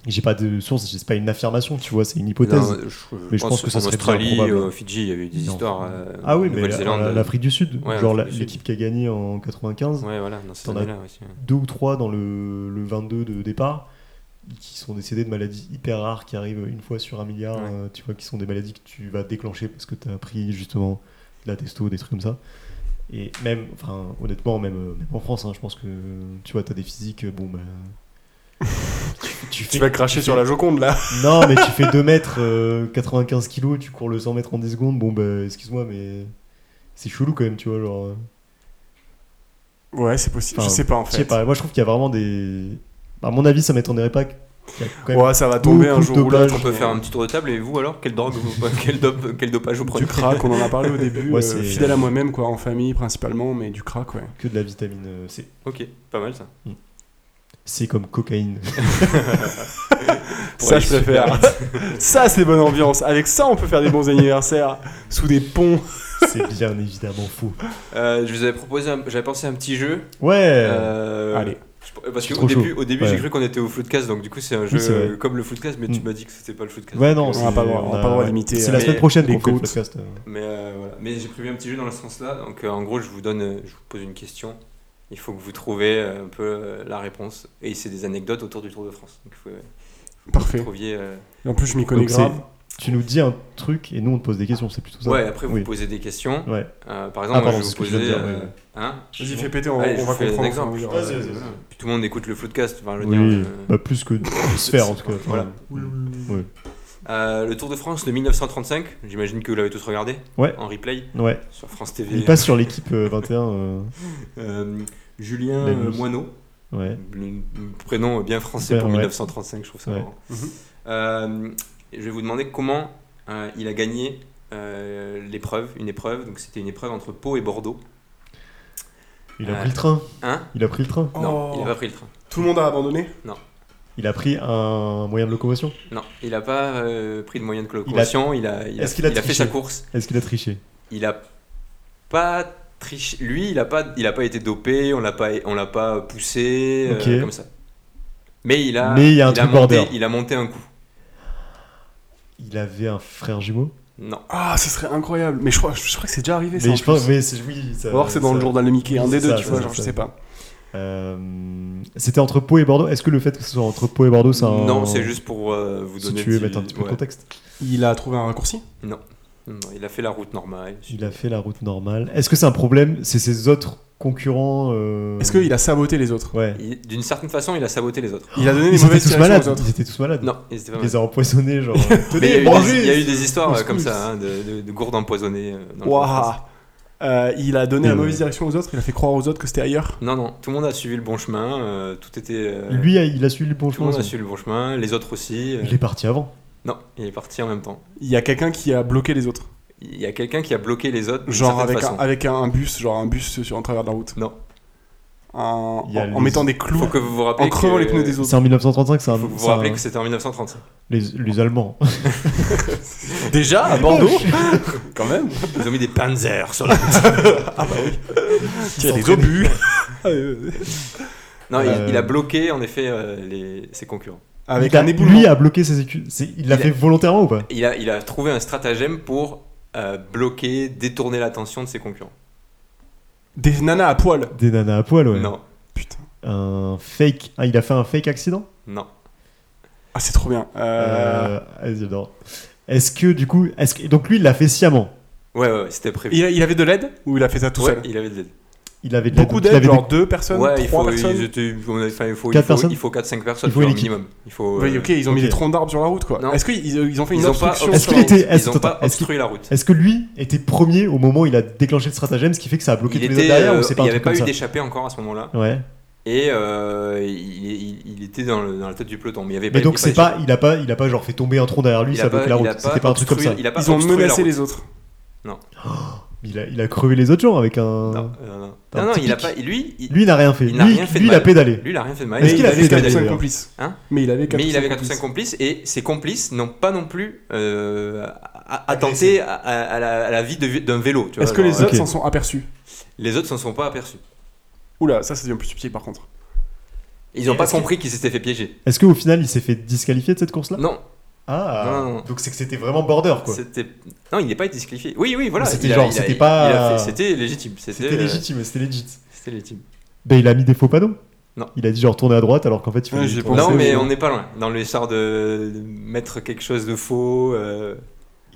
J'ai pas de source, c'est pas une affirmation, tu vois, c'est une hypothèse. euh, non, je, Mais je pense que ça en serait bien Australie, probable. au Fidji, il y avait eu des Non. histoires. euh, ah oui, en mais Nouvelle-Zélande. euh, l'Afrique du Sud, Ouais, genre la- l'Afrique du Sud. l'équipe qui a gagné en 95, Ouais, voilà, dans cette T'en as- année-là aussi. ouais. deux ou trois dans le, le 22 de départ qui sont décédés de maladies hyper rares qui arrivent une fois sur un milliard, Ouais. euh, tu vois, qui sont des maladies que tu vas déclencher parce que tu as pris justement de la testo, des trucs comme ça. Et même, enfin, honnêtement, même, euh, même en France, hein, je pense que tu vois, tu as des physiques, euh, bon, bah. tu- tu, Tu vas cracher sur la Joconde, là. (laughs) Non, mais tu fais 2 mètres, euh, 95 kilos, tu cours le 100 mètres en 10 secondes, bon, bah, excuse-moi, mais c'est chelou quand même, tu vois, genre. euh, Ouais, c'est possible. Enfin, je sais pas, en Je sais fait. pas, moi je trouve qu'il y a vraiment des. À mon avis, ça m'étonnerait pas qu'il y a quand même Ouais, ça va tomber un beaucoup jour de ou l'autre. dopage. On peut faire un petit tour de table, et vous alors Quelle drogue (laughs) vous, quel, dop- quel dopage vous prenez Du crack, on en a (laughs) parlé au début. Ouais, euh, c'est- fidèle à moi-même, quoi, en famille principalement, mais du crack, ouais. que de la vitamine euh, C. Ok, pas mal ça. C'est (laughs) comme cocaïne. Pour ça, aller je super préfère. (laughs) ça, c'est bonne ambiance. Avec ça, on peut faire des bons anniversaires sous des ponts. c'est bien évidemment faux. Euh, je vous avais proposé, un- j'avais pensé à un petit jeu. Ouais Euh, Allez. je- Parce Je suis qu'au trop début, chaud. au début Ouais. j'ai cru qu'on était au footcast, donc du coup c'est un c'est jeu vrai. euh, comme le footcast, mais tu Mm. m'as dit que c'était pas le footcast. Ouais, donc, non, euh, on n'a c'est- pas le droit- on n'a pas le droit ouais. d'imiter, C'est euh, la les- semaine prochaine les qu'on fait le côtes. podcast. euh. Mais euh, voilà. Mais j'ai prévu un petit jeu dans le sens là. Donc euh, en gros, je vous donne, euh, je vous pose une question. Il faut que vous trouviez euh, un peu euh, la réponse. Et c'est des anecdotes autour du Tour de France. Donc il faut, euh, faut que Parfait. vous trouviez. euh, Et en plus, je m'y connais Donc, c'est- grave. Tu nous dis un truc et nous on te pose des questions, c'est plutôt ça. Ouais, après vous Oui. posez des questions. Ouais. Euh, par exemple, Ah, moi, pardon, je vais c'est vous ce que je poser. viens de dire, euh, ouais. hein Vas-y, fais péter, on, Allez, je on va vous fais un comprendre. exemple. enfin, genre, Vas-y, euh, vas-y, vas-y. Tout le monde écoute le footcast. Enfin, je veux Oui, dire, euh, (laughs) bah, plus que de se faire en tout cas. Voilà. oui, oui, oui. Ouais. Euh, le Tour de France de 1935, j'imagine que vous l'avez tous regardé Ouais. en replay Ouais, sur France TV. il passe sur l'équipe euh, 21. euh, Euh, Julien La euh, news. Moineau, Ouais. le prénom bien français Ouais, pour ouais. 1935, je trouve ça Ouais. marrant. Mhm. Euh, je vais vous demander comment euh, il a gagné euh, l'épreuve, une épreuve, donc c'était une épreuve entre Pau et Bordeaux. Il a Ouais. pris le train. Hein Il a pris le train. Non, Oh. il a pas pris le train. Tout le monde a abandonné Il a pris un moyen de locomotion. Non, il a pas euh, pris de moyens de locomotion, il a, il a, Est-ce qu'il a il a fait triché sa course. Est-ce qu'il a triché il a pas triché. Lui, il a pas, il a pas été dopé, on l'a pas, on l'a pas poussé, euh, Ok. comme ça. Mais il a, Mais il y a un truc monté, border. il a monté un coup. Il avait un frère jumeau Non. Ah, ce serait incroyable. Mais je crois, je crois que c'est déjà arrivé. ça, en Mais je pense, plus. mais c'est oui. ça- Ou alors c'est dans le ça- journal de Mickey, un Oui, des c'est deux, ça, tu c'est vois, ça, genre je c'est sais ça. pas. Euh, C'était entre Pau et Bordeaux. Est-ce que le fait que ce soit entre Pau et Bordeaux, Oh, c'est un. Non, c'est juste pour euh, vous Si donner. tu veux petit- mettre un petit peu de ouais. contexte. Il a trouvé un raccourci Non, il a fait la route normale. Il a fait la route normale. Est-ce que c'est un problème C'est ses autres concurrents. euh, Est-ce qu'il a saboté les autres Ouais. Il- D'une certaine façon, il a saboté les autres. Il a donné des Ils étaient mauvaises tous directions aux malades. autres Ils étaient tous malades. Non, ils étaient pas Il mal. les a (laughs) empoisonnés, genre. euh, Mais il y a eu des- Tenez, mangez il y a eu des histoires Pousse, euh, comme pousse. ça, hein, de, de- de gourdes empoisonnées. euh, dans le Waouh podcast. Euh, Il a donné Mais la mauvaise ouais. direction aux autres, il a fait croire aux autres que c'était ailleurs. Non, non, tout le monde a suivi le bon chemin. euh, tout était. euh, Lui, il a suivi le bon tout le chemin. monde a aussi. suivi le bon chemin. Les autres aussi. euh, Il est parti avant. Non, il est parti en même temps. Il y a quelqu'un qui a bloqué les autres. Il y a quelqu'un qui a bloqué les autres. d'une Genre certaine avec, un, façon. avec un, un bus, genre un bus sur, en travers de la route. Non. Un- Il y a en, en les- mettant des Faut clous que vous vous rappelez. en crevant que- les pneus des autres. C'est en 1935, c'est un. Faut que vous vous c'est un- rappelez que c'était en 1930. les, les Allemands. (laughs) Déjà à Bordeaux Quand même Ils ont mis des panzers sur la Il y a des (laughs) obus Non, il- Euh. il, a bloqué en effet euh, les- ses concurrents. Avec Il a- un éboulement. Lui a bloqué ses écu- c'est- Il l'a Il a- fait volontairement ou pas Il a, il a trouvé un stratagème pour euh, bloquer, détourner l'attention de ses concurrents. Des nanas à poil. Des nanas à poil, ouais. Non, Putain. Un fake. ah, il a fait un fake accident non. Ah, c'est trop bien. Euh, Euh, vas-y, j'adore. Est-ce que du coup. Est-ce que... Donc lui, il l'a fait sciemment. Ouais, ouais, ouais, c'était prévu. Il, a- il avait de l'aide ou il a fait ça tout Ouais, seul il avait de l'aide. Il avait de l'aide, Beaucoup donc d'aide, il avait des- genre deux personnes, Ouais, il trois faut, personnes. ils étaient- on a- enfin, il faut, il Quatre faut, personnes il faut 4-5 personnes, Il faut tu vois, une un équipe. minimum. Il faut, Oui, euh, ok, ils ont mis ok. des troncs d'arbres sur la route, quoi. Non. Est-ce qu'ils euh, ils- ils ont fait une Ils ont pas obstruction Est-ce sur qu'il la route était. Ils Est-ce... ont pas attends, est-ce qu'il- obstrué la route. est-ce que lui était premier au moment où il a déclenché le stratagème, ce qui fait que ça a bloqué Il tous les autres était, derrière euh, ou c'est il pas n'y un avait truc pas comme eu ça d'échappée encore à ce moment-là. Ouais. Et euh, il, il- il était dans, le- dans la tête du peloton. Mais, il y avait pas, Mais donc il y c'est avait pas pas, il a pas, il a pas genre fait tomber un tronc derrière lui, Il ça a bloque pas- la il a route. pas C'était pas un truc comme obstrué- ça. il a pas Ils ont obstrué la menacé route. les autres. Il a, il a crevé les autres gens avec un. Non, non, non. Un Non, non, petit il a pic. pas. Lui, il, Lui, il n'a rien fait. Il n'a lui, rien fait de lui, il mal. a pédalé. lui, il a rien fait de mal. Mais Est-ce Ah, Il il qu'il a avait avait fait fait d'aller, 4 ou d'aller. 5 d'ailleurs complices. Hein Mais il avait 4 Mais ou il avait cinq 4 ou 5 complices. complices et ses complices n'ont pas non plus euh, a- a- attenté à, à- à la, à la vie de vi- d'un vélo. tu vois, Est-ce que genre, les euh, autres s'en ok. sont aperçus les autres s'en sont pas aperçus. Oula, ça, ça devient plus subtil par contre. Ils n'ont Et pas est-ce que- compris qu'ils s'étaient fait piéger. Est-ce qu'au final, il s'est fait disqualifier de cette course-là Non, Ah. Non, non, non. Donc c'est que c'était vraiment border, quoi. c'était. Non, il n'est pas été disqualifié. Oui, oui, voilà. Mais c'était il a- genre, il a- c'était il a pas- fait- C'était légitime. C'était C'était euh, légitime, c'était legit. C'était légitime. Ben il a mis des faux panneaux. Non. Il a dit genre tourner à droite alors qu'en fait il Ouais, fallait j'ai tourner- pensé, Non, mais oui. on n'est pas loin. Dans l'histoire de de mettre quelque chose de faux. euh,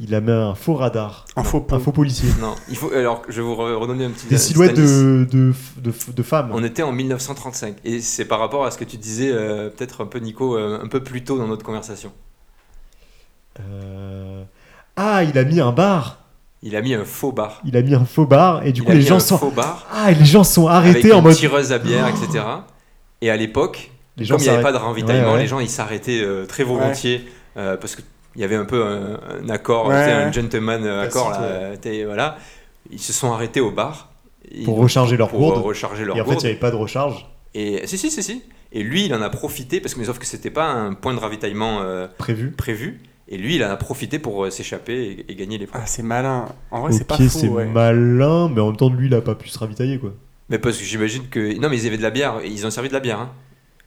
Il a mis un faux radar, Un faux un pont. (laughs) faux policier, Non, il faut. Alors, je vais vous re- redonner un petit. des un petit silhouettes indice. de, de, f- de f- de femmes. On était en 1935 et c'est par rapport à ce que tu disais euh, peut-être un peu Nico euh, un peu plus tôt dans notre conversation. Euh, Ah, il a mis un bar. Il a mis un faux bar. Il a mis un faux bar et du Il coup a les mis gens un sont faux bar ah et les gens sont avec arrêtés une en mode tireuse à bière, etc. Et à l'époque, les gens comme il n'y avait pas s'arrêtent. de ravitaillement, Ouais, ouais. les gens ils s'arrêtaient euh, très volontiers euh, parce qu'il y avait un peu un, un accord, Ouais. tu sais, un gentleman euh, Classique, accord là, ouais. euh, t'es- voilà. Ils se sont arrêtés au bar Ils- pour recharger leur pour, gourde. euh, recharger leur et en fait, il gourde. n'y avait pas de recharge Et si si si si. Et lui, il en a profité parce que mais sauf que c'était pas un point de ravitaillement. euh, prévue. prévu. Et lui, il en a profité pour euh, s'échapper et, et gagner l'épreuve. Ah, c'est malin. En vrai, c'est pas ok, c'est faux, ouais. malin, mais en même temps, lui, il a pas pu se ravitailler quoi. Mais parce que j'imagine que. Non, mais ils avaient de la bière. Ils ont servi de la bière. Hein,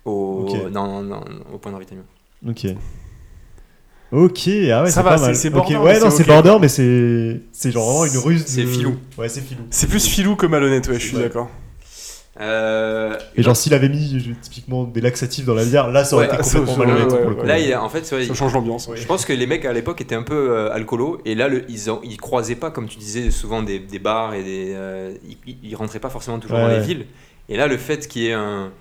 au... Ok. Non, non, non, au point de ravitaillement. Ok. Ok, ah ouais, Ça c'est va, pas c'est- mal. c'est Ok, border, mais Ouais, non, c'est c'est ok, border, mais c'est c'est genre vraiment une ruse. de- C'est filou. Ouais, c'est filou. C'est plus filou que malhonnête, ouais, je suis Ouais. d'accord. Euh, Et genre, s'il avait mis je- typiquement des laxatifs dans la bière, là, ça aurait Ouais, été ça, complètement ça, malhonnête. ouais, pour le ouais, coup. là, il a- en fait, ouais, Ça change l'ambiance. ouais. je pense que les mecs à l'époque étaient un peu euh, alcoolos. Et là, le, ils, ont, ils croisaient pas, comme tu disais, souvent des, des bars et des. euh, ils- ils, ils rentraient pas forcément toujours dans Ouais. les villes. Et là, le fait qu'il y ait un.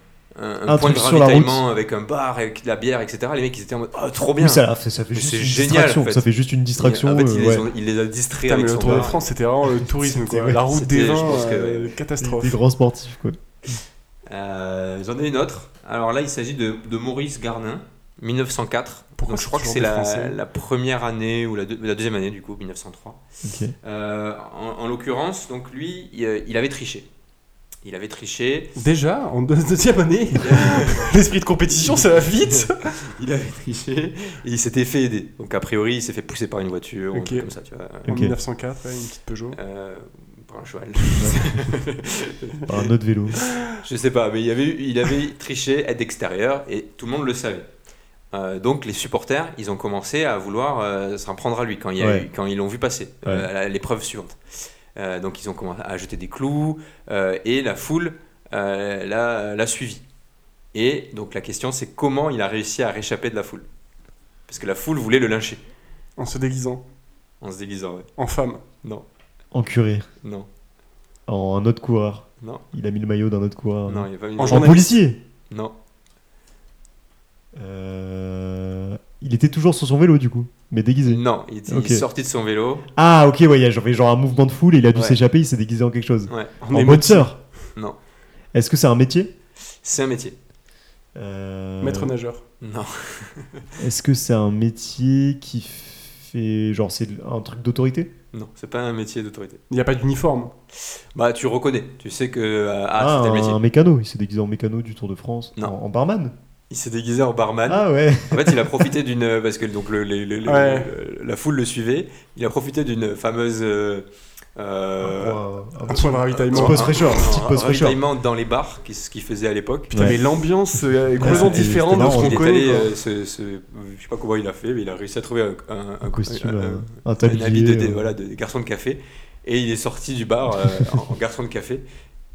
Un, un Un point de truc sur la ravitaillement avec un bar, avec de la bière, etc. Les mecs, ils étaient en mode Oh, trop bien! Oui, ça, fait- ça fait Mais juste c'est une génial, distraction. en fait. Ça fait juste une distraction. Et en fait, il, euh, ouais. les ont- il les a distraits Putain, mais avec le son Tour de bar. France, c'était vraiment (laughs) le tourisme, C'était- quoi. La route des c'était- je vins, pense que, euh, ouais. catastrophe. Des grands sportifs quoi. Euh, J'en ai une autre. Alors là, il s'agit de, de Maurice Garnin, 1904. Pourquoi Donc, je crois que c'est c'est toujours des la, Français la première année ou la, deux- la deuxième année du coup, 1903. Ok. Euh, en en l'occurrence, donc lui, il, euh, il avait triché. Il (laughs) avait triché. Déjà, en deux- deuxième année, (laughs) (laughs) l'esprit de compétition, ça va vite. Il avait triché et il s'était fait aider. Donc a priori, il s'est fait pousser par une voiture ou un Ok. truc comme ça, tu vois. En Ok. 1904, ouais, une petite Peugeot. Euh, par un cheval. Par Un autre vélo. Je sais pas, mais il avait, eu- il avait triché aide extérieure et tout le monde le savait. Euh, donc les supporters, ils ont commencé à vouloir euh, s'en prendre à lui quand, il y a Ouais. eu- quand ils l'ont vu passer, euh, à la- l'épreuve suivante. Euh, donc ils ont commencé à jeter des clous euh, et la foule euh, l'a l'a suivi. Et donc la question c'est comment il a réussi à réchapper de la foule. Parce que la foule voulait le lyncher En se déguisant, en se déguisant. ouais. en femme. Non, En curé, non, en un autre coureur. non, Il a mis le maillot d'un autre coureur. non, il n'y a pas eu En en de- journaliste. policier Non, Euh, Il était toujours sur son vélo du coup, mais déguisé. non, il, il Ok. est sorti de son vélo. Ah ok, ouais, il y a genre, genre un mouvement de foule et il a dû Ouais. s'échapper, il s'est déguisé en quelque chose. Ouais. En En émotif. bonne sœur Non. Est-ce que c'est un métier C'est un métier. Euh, Maître nageur. Non, Est-ce que c'est un métier qui fait genre c'est un truc d'autorité non, c'est pas un métier d'autorité. Il n'y a pas d'uniforme. Bah tu reconnais, tu sais que euh, ah, Ah, c'était le un, métier. un mécano, il s'est déguisé en mécano du Tour de France, Non. En, en barman. Il s'est déguisé en barman. Ah ouais. En fait, il a profité d'une euh, parce que donc le- le- le- le- Ouais. le- la foule le suivait. Il a profité d'une fameuse euh, euh, Un Un petit- point de ravitaillement. petit post fraîcheur, petit un post fraîcheur. ravitaillement dans les bars, qui, ce qu'il faisait à l'époque. Putain, Ouais. mais l'ambiance euh, est complètement Ouais, différente c'était de ce marrant, qu'on Il est allé, connaît. quoi. euh, se- se- je sais pas comment il a fait, mais il a réussi à trouver un, un- Un costume, un- euh, un- un un tablier. habit de, de- euh, voilà, de garçon de café, et il est sorti du bar euh, en, en garçon de café,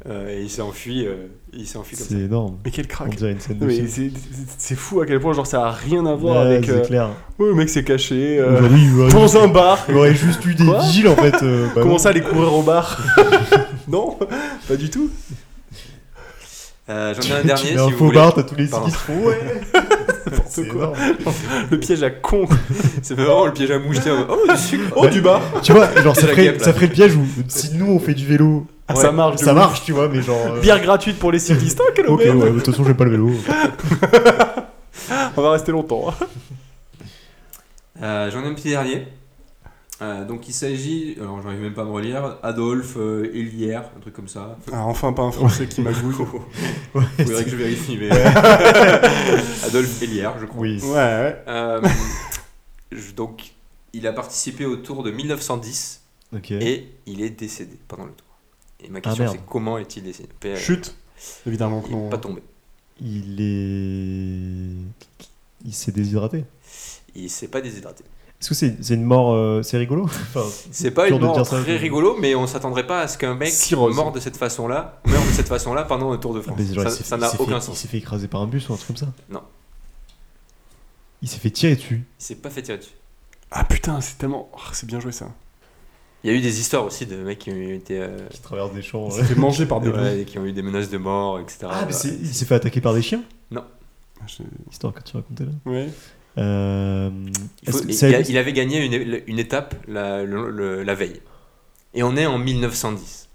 euh, et il s'est enfui, euh, il s'est enfui comme ça. C'est énorme. Mais quel euh, On crack. dirait une scène de Mais film. c'est- c'est c'est fou à quel point genre ça a rien à voir Ouais, avec. c'est euh, clair. ouais, le mec s'est caché euh, Aujourd'hui, il aurait- dans un bar. il aurait juste eu des Quoi vigiles en fait. euh, bah Comment non. ça les coureurs au (laughs) bar Non, pas du tout. Euh, J'en Tu- ai un (laughs) tu dernier, mets si un vous faux voulez. bar, t'as tous les Pardon. skis qui se font, ouais. (laughs) N'importe C'est quoi. énorme. Le piège à con. C'est vraiment le piège à mouche. (laughs) tiens, Oh, du sucre Oh du bar. Tu vois, genre ça Déjà ferait, gap, là. ça ferait le piège où si nous on fait du vélo, Ah, ça marche. de ça ouf. marche, tu vois, mais genre. euh, Bière gratuite pour les cyclistes. Ah, quelle Ok, ouais, merde. de toute façon, j'aime pas le vélo. On va rester longtemps. hein. Euh, J'en ai un petit dernier. Euh, donc il s'agit, alors j'arrive même pas à me relire, Adolphe euh, Hélière, un truc comme ça. Ah, enfin pas un français qui magouille. Ouais, Il faudrait que (laughs) (laughs) c'est- je vérifie, mais. euh, (laughs) Adolphe Hélière, je crois. oui. Ouais, ouais. Euh, je- donc il a participé au tour de 1910 Ok. et il est décédé pendant le tour. Et ma Ah, question merde. c'est comment est-il décédé P- Chute. Évidemment que Il n'est non. pas tombé. Il est. Il s'est déshydraté. Il s'est pas déshydraté. Est-ce que c'est c'est une mort. euh, c'est rigolo Enfin, C'est pas Dur une de mort dire ça, très mais- rigolo, mais on s'attendrait pas à ce qu'un mec Cirrhose. mort de cette façon-là meure de cette façon-là pendant le Tour de ah, France. mais genre, Ça- il s'est- ça il n'a s'est fait- aucun Il sens. s'est fait écraser par un bus ou un truc comme ça Non. Il s'est fait tirer dessus. Il s'est pas fait tirer dessus. Ah putain, c'est tellement. Ah, c'est bien joué ça. Il y a eu des histoires aussi de mecs qui ont été euh, Qui traverse des champs. Il s'est fait manger par des loups. ouais, qui ont eu des menaces de mort, etc. Ah, mais c'est- il s'est fait attaquer par des chiens Ah, Je- Histoire que tu racontais là. Ouais. Euh, Il, faut- est-ce que il c'est- a- il avait gagné une, une étape la, le- le- la veille. Et on est en 1910.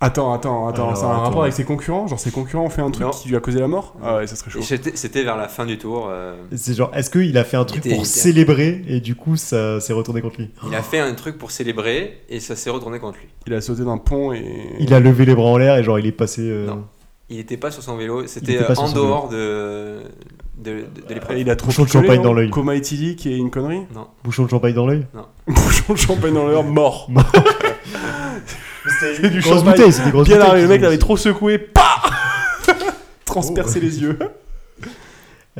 Attends, attends, attends, Alors, ça a un attends. rapport avec ses concurrents Genre ses concurrents ont fait un truc Non. qui lui a causé la mort Ah ouais, ça serait chaud. Et c'était c'était vers la fin du tour. euh, C'est genre, est-ce qu'il a fait un truc était- pour il était- célébrer et du coup ça s'est retourné contre lui il a fait un truc pour célébrer et ça s'est retourné contre lui. Il a sauté d'un pont et... Il a levé les bras en l'air et genre il est passé. euh, Non. Il n'était pas sur son vélo, c'était était pas euh, sur en son dehors de, de, de- de l'épreuve. Et il a trop Bouchon de picolé, champagne non dans l'œil. Coma éthylique et une connerie (laughs) Bouchon de champagne dans l'œil Bouchon de champagne dans l'heure, mort. C'était du Grosse champagne. bouteille, c'est des grosses Bien bouteilles arrivé, le qu'ils mec ont- l'avait trop secoué, PAH (laughs) Oh. Transpercé les yeux.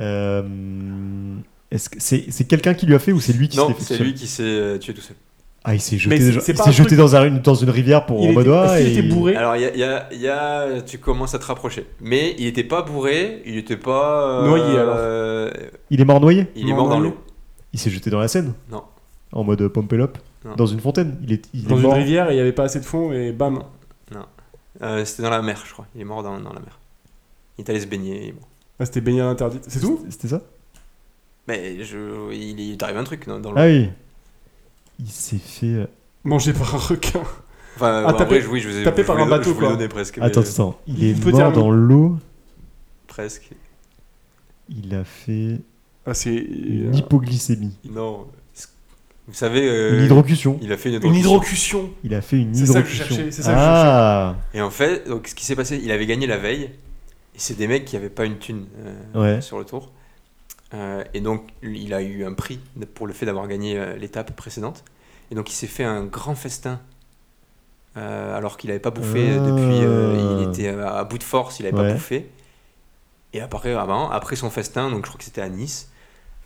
Euh, est-ce que c'est c'est quelqu'un qui lui a fait ou c'est lui qui s'est Non, fait c'est tuer lui qui s'est euh, tué tout seul. Ah, il s'est Mais jeté, c'est- déjà- c'est il pas s'est un jeté truc- dans, un- une, dans une rivière pour en il mode était, ah, est-ce qu'il et- était bourré Alors, il y a, il y a- il y a- tu commences à te rapprocher. Mais il n'était pas bourré, il n'était pas. Noyé, alors. euh, Il est mort noyé il est mort dans l'eau. Il s'est jeté dans la Seine Non. En mode Pompélope Non. Dans une fontaine Il est, il est Dans une mort. rivière et il n'y avait pas assez de fond et bam. Euh, C'était dans la mer, je crois. Il est mort dans, dans la mer. Il est allé se baigner. il est mort. Ah, c'était baignade interdite. C'est tout C'était ça Mais je, il, il t'arrive un truc dans, dans l'eau. Ah oui. Il s'est fait. euh, Mangé par un requin. Enfin, Ah, bon, tapé- après, je- oui, je vous ai tapé je par vous un l'ai don- bateau, je vous l'ai quoi. donné presque. mais- Attends, attends. Il est Faut mort terminer. dans l'eau. Presque. Il a fait Ah, c'est. une hypoglycémie. Non. Vous savez. euh, Une hydrocution. il a fait une Une hydrocution. hydrocution Il a fait une C'est ça que je hydrocution. cherchais, c'est ça que je ah Et en fait, donc, ce qui s'est passé, il avait gagné la veille. Et c'est des mecs qui n'avaient pas une thune euh, Ouais. sur le tour. Euh, et donc, lui, il a eu un prix de- pour le fait d'avoir gagné euh, l'étape précédente. Et donc, il s'est fait un grand festin. euh, alors qu'il n'avait pas bouffé Ah. depuis. euh, il était euh, à bout de force, il n'avait Ouais. pas bouffé. Et après, avant, après son festin, donc je crois que c'était à Nice,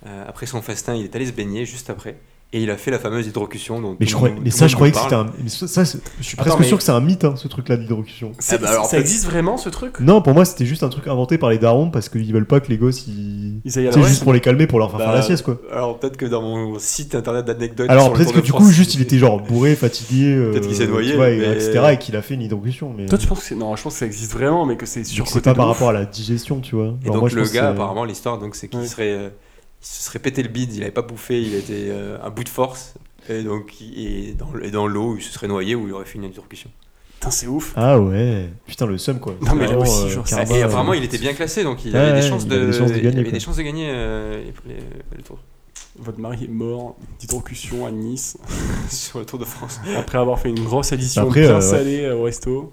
Euh, après son festin, il est allé se baigner juste après. Et il a fait la fameuse hydrocution dont Mais, tout je le croyais, monde- mais tout ça, le je monde croyais que parle. c'était un. mais ça, ça, c'est- je suis Attends, presque mais- sûr que c'est un mythe, hein, ce truc-là de l'hydrocution. C'est- bah alors, Ah, ça peut-être- existe vraiment ce truc Non, pour moi, c'était juste un truc inventé par les darons parce qu'ils veulent pas que les gosses ils. Ils aillent à la C'est ouais. juste pour les calmer, pour leur faire Bah, faire la sieste, quoi. Alors peut-être que dans mon site internet d'anecdotes. Alors sur le peut-être Tour que de du France, coup, juste il était (laughs) genre bourré, fatigué, euh, Peut-être qu'il s'est noyé, tu vois, et- mais- etc., et qu'il a fait une hydrocution. Mais Toi, tu penses que c'est. Non, je pense que ça existe vraiment, mais que c'est Donc, surcoté. c'est pas de par ouf. rapport à la digestion, tu vois. Et Genre, donc moi, je le pense que gars, c'est- apparemment, l'histoire, donc c'est qu'il Ouais. serait, euh, il se serait pété le bide, il avait pas bouffé, il était euh, à bout de force, et donc il- et dans, le- et dans l'eau, il se serait noyé ou il aurait fait une interruption. Putain, c'est ouf. Ah ouais, putain le seum quoi. Non, mais là Vraiment, aussi, euh, genre, ça- karma, et euh, apparemment, il était bien classé, donc il Ouais, avait des ouais, chances il de, avait des chances de il gagner, avait des quoi. chances de gagner euh, les- les- le tour Votre mari est mort d'hydrocution à Nice (laughs) sur le Tour de France. après avoir fait une grosse addition Après, bien euh, ouais. salée au resto.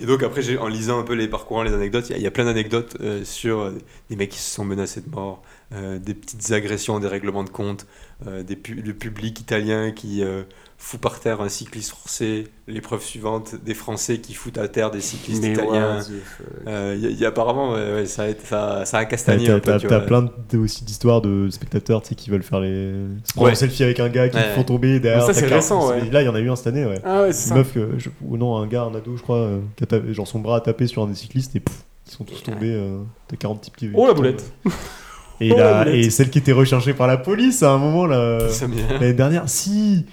Et donc après, j'ai- en lisant un peu les parcours, les anecdotes, il y a- il y, a plein d'anecdotes euh, sur euh, des mecs qui se sont menacés de mort, euh, des petites agressions, des règlements de compte, euh, des pu- le public italien qui euh, fout par terre un cycliste français, l'épreuve suivante, des Français qui foutent à terre des cyclistes Mais italiens. what the fuck. Euh, Il y, a- il y a apparemment, ouais, ouais, ça, a, été- ça, ça a T'as castagné t'as- un peu. t'as- tu t'as vois. (laughs) plein de- aussi d'histoires de spectateurs tu sais, qui veulent faire les. se prendre Ouais. un selfie avec un gars qui Ouais. le font tomber derrière. Mais ça, ta c'est carte. récent, ouais. Et Là il y en a eu un cette année ouais. Ah ouais, c'est ça. Une meuf que je- ou non un gars un ado je crois euh, qui a tapé- genre son bras a tapé sur un des cyclistes et pouf, ils sont tous tombés. euh, T'as 40 types qui. Oh la qui boulette (laughs) tombent. euh. Et, Oh, la la- boulette. et celle qui était recherchée par la police à un moment là. Ça (laughs) me dit rien. L'année dernière si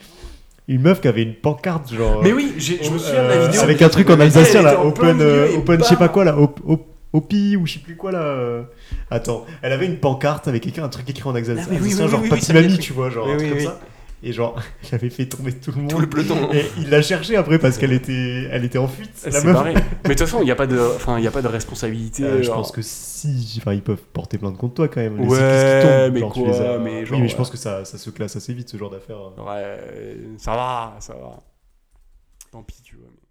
une meuf qui avait une pancarte genre. Mais oui, j'ai- je me souviens de la Euh, vidéo. Avec un truc en Elle était alsacien en là, plein open, milieu euh, et open je sais bam pas quoi là, op, op- opi ou je sais plus quoi là. euh. Attends, elle avait une pancarte avec écrit- un truc écrit en alsacien, Ah oui, oui, alsacien, oui, genre oui, oui, Papy ça me dit Mamie, un tu vois, genre Oui, un oui, truc comme oui. ça. Et genre, (laughs) elle avait fait tomber tout le monde. Tout le peloton. Et il l'a cherchée après parce qu'elle était, elle était en fuite. Elle la s'est meuf. barrée. Mais de toute façon, il n'y a pas de, enfin, il y a pas de responsabilité. Euh, je genre. pense que si, enfin, ils peuvent porter plainte contre toi quand même. Les Ouais, cyclistes qui tombent, mais genre, tu quoi, les mais as- genre, euh. oui, mais ouais. je pense que ça, ça euh. se classe assez vite ce genre d'affaires. Ouais, euh, ça va, ça va. Tant pis, tu vois. mais-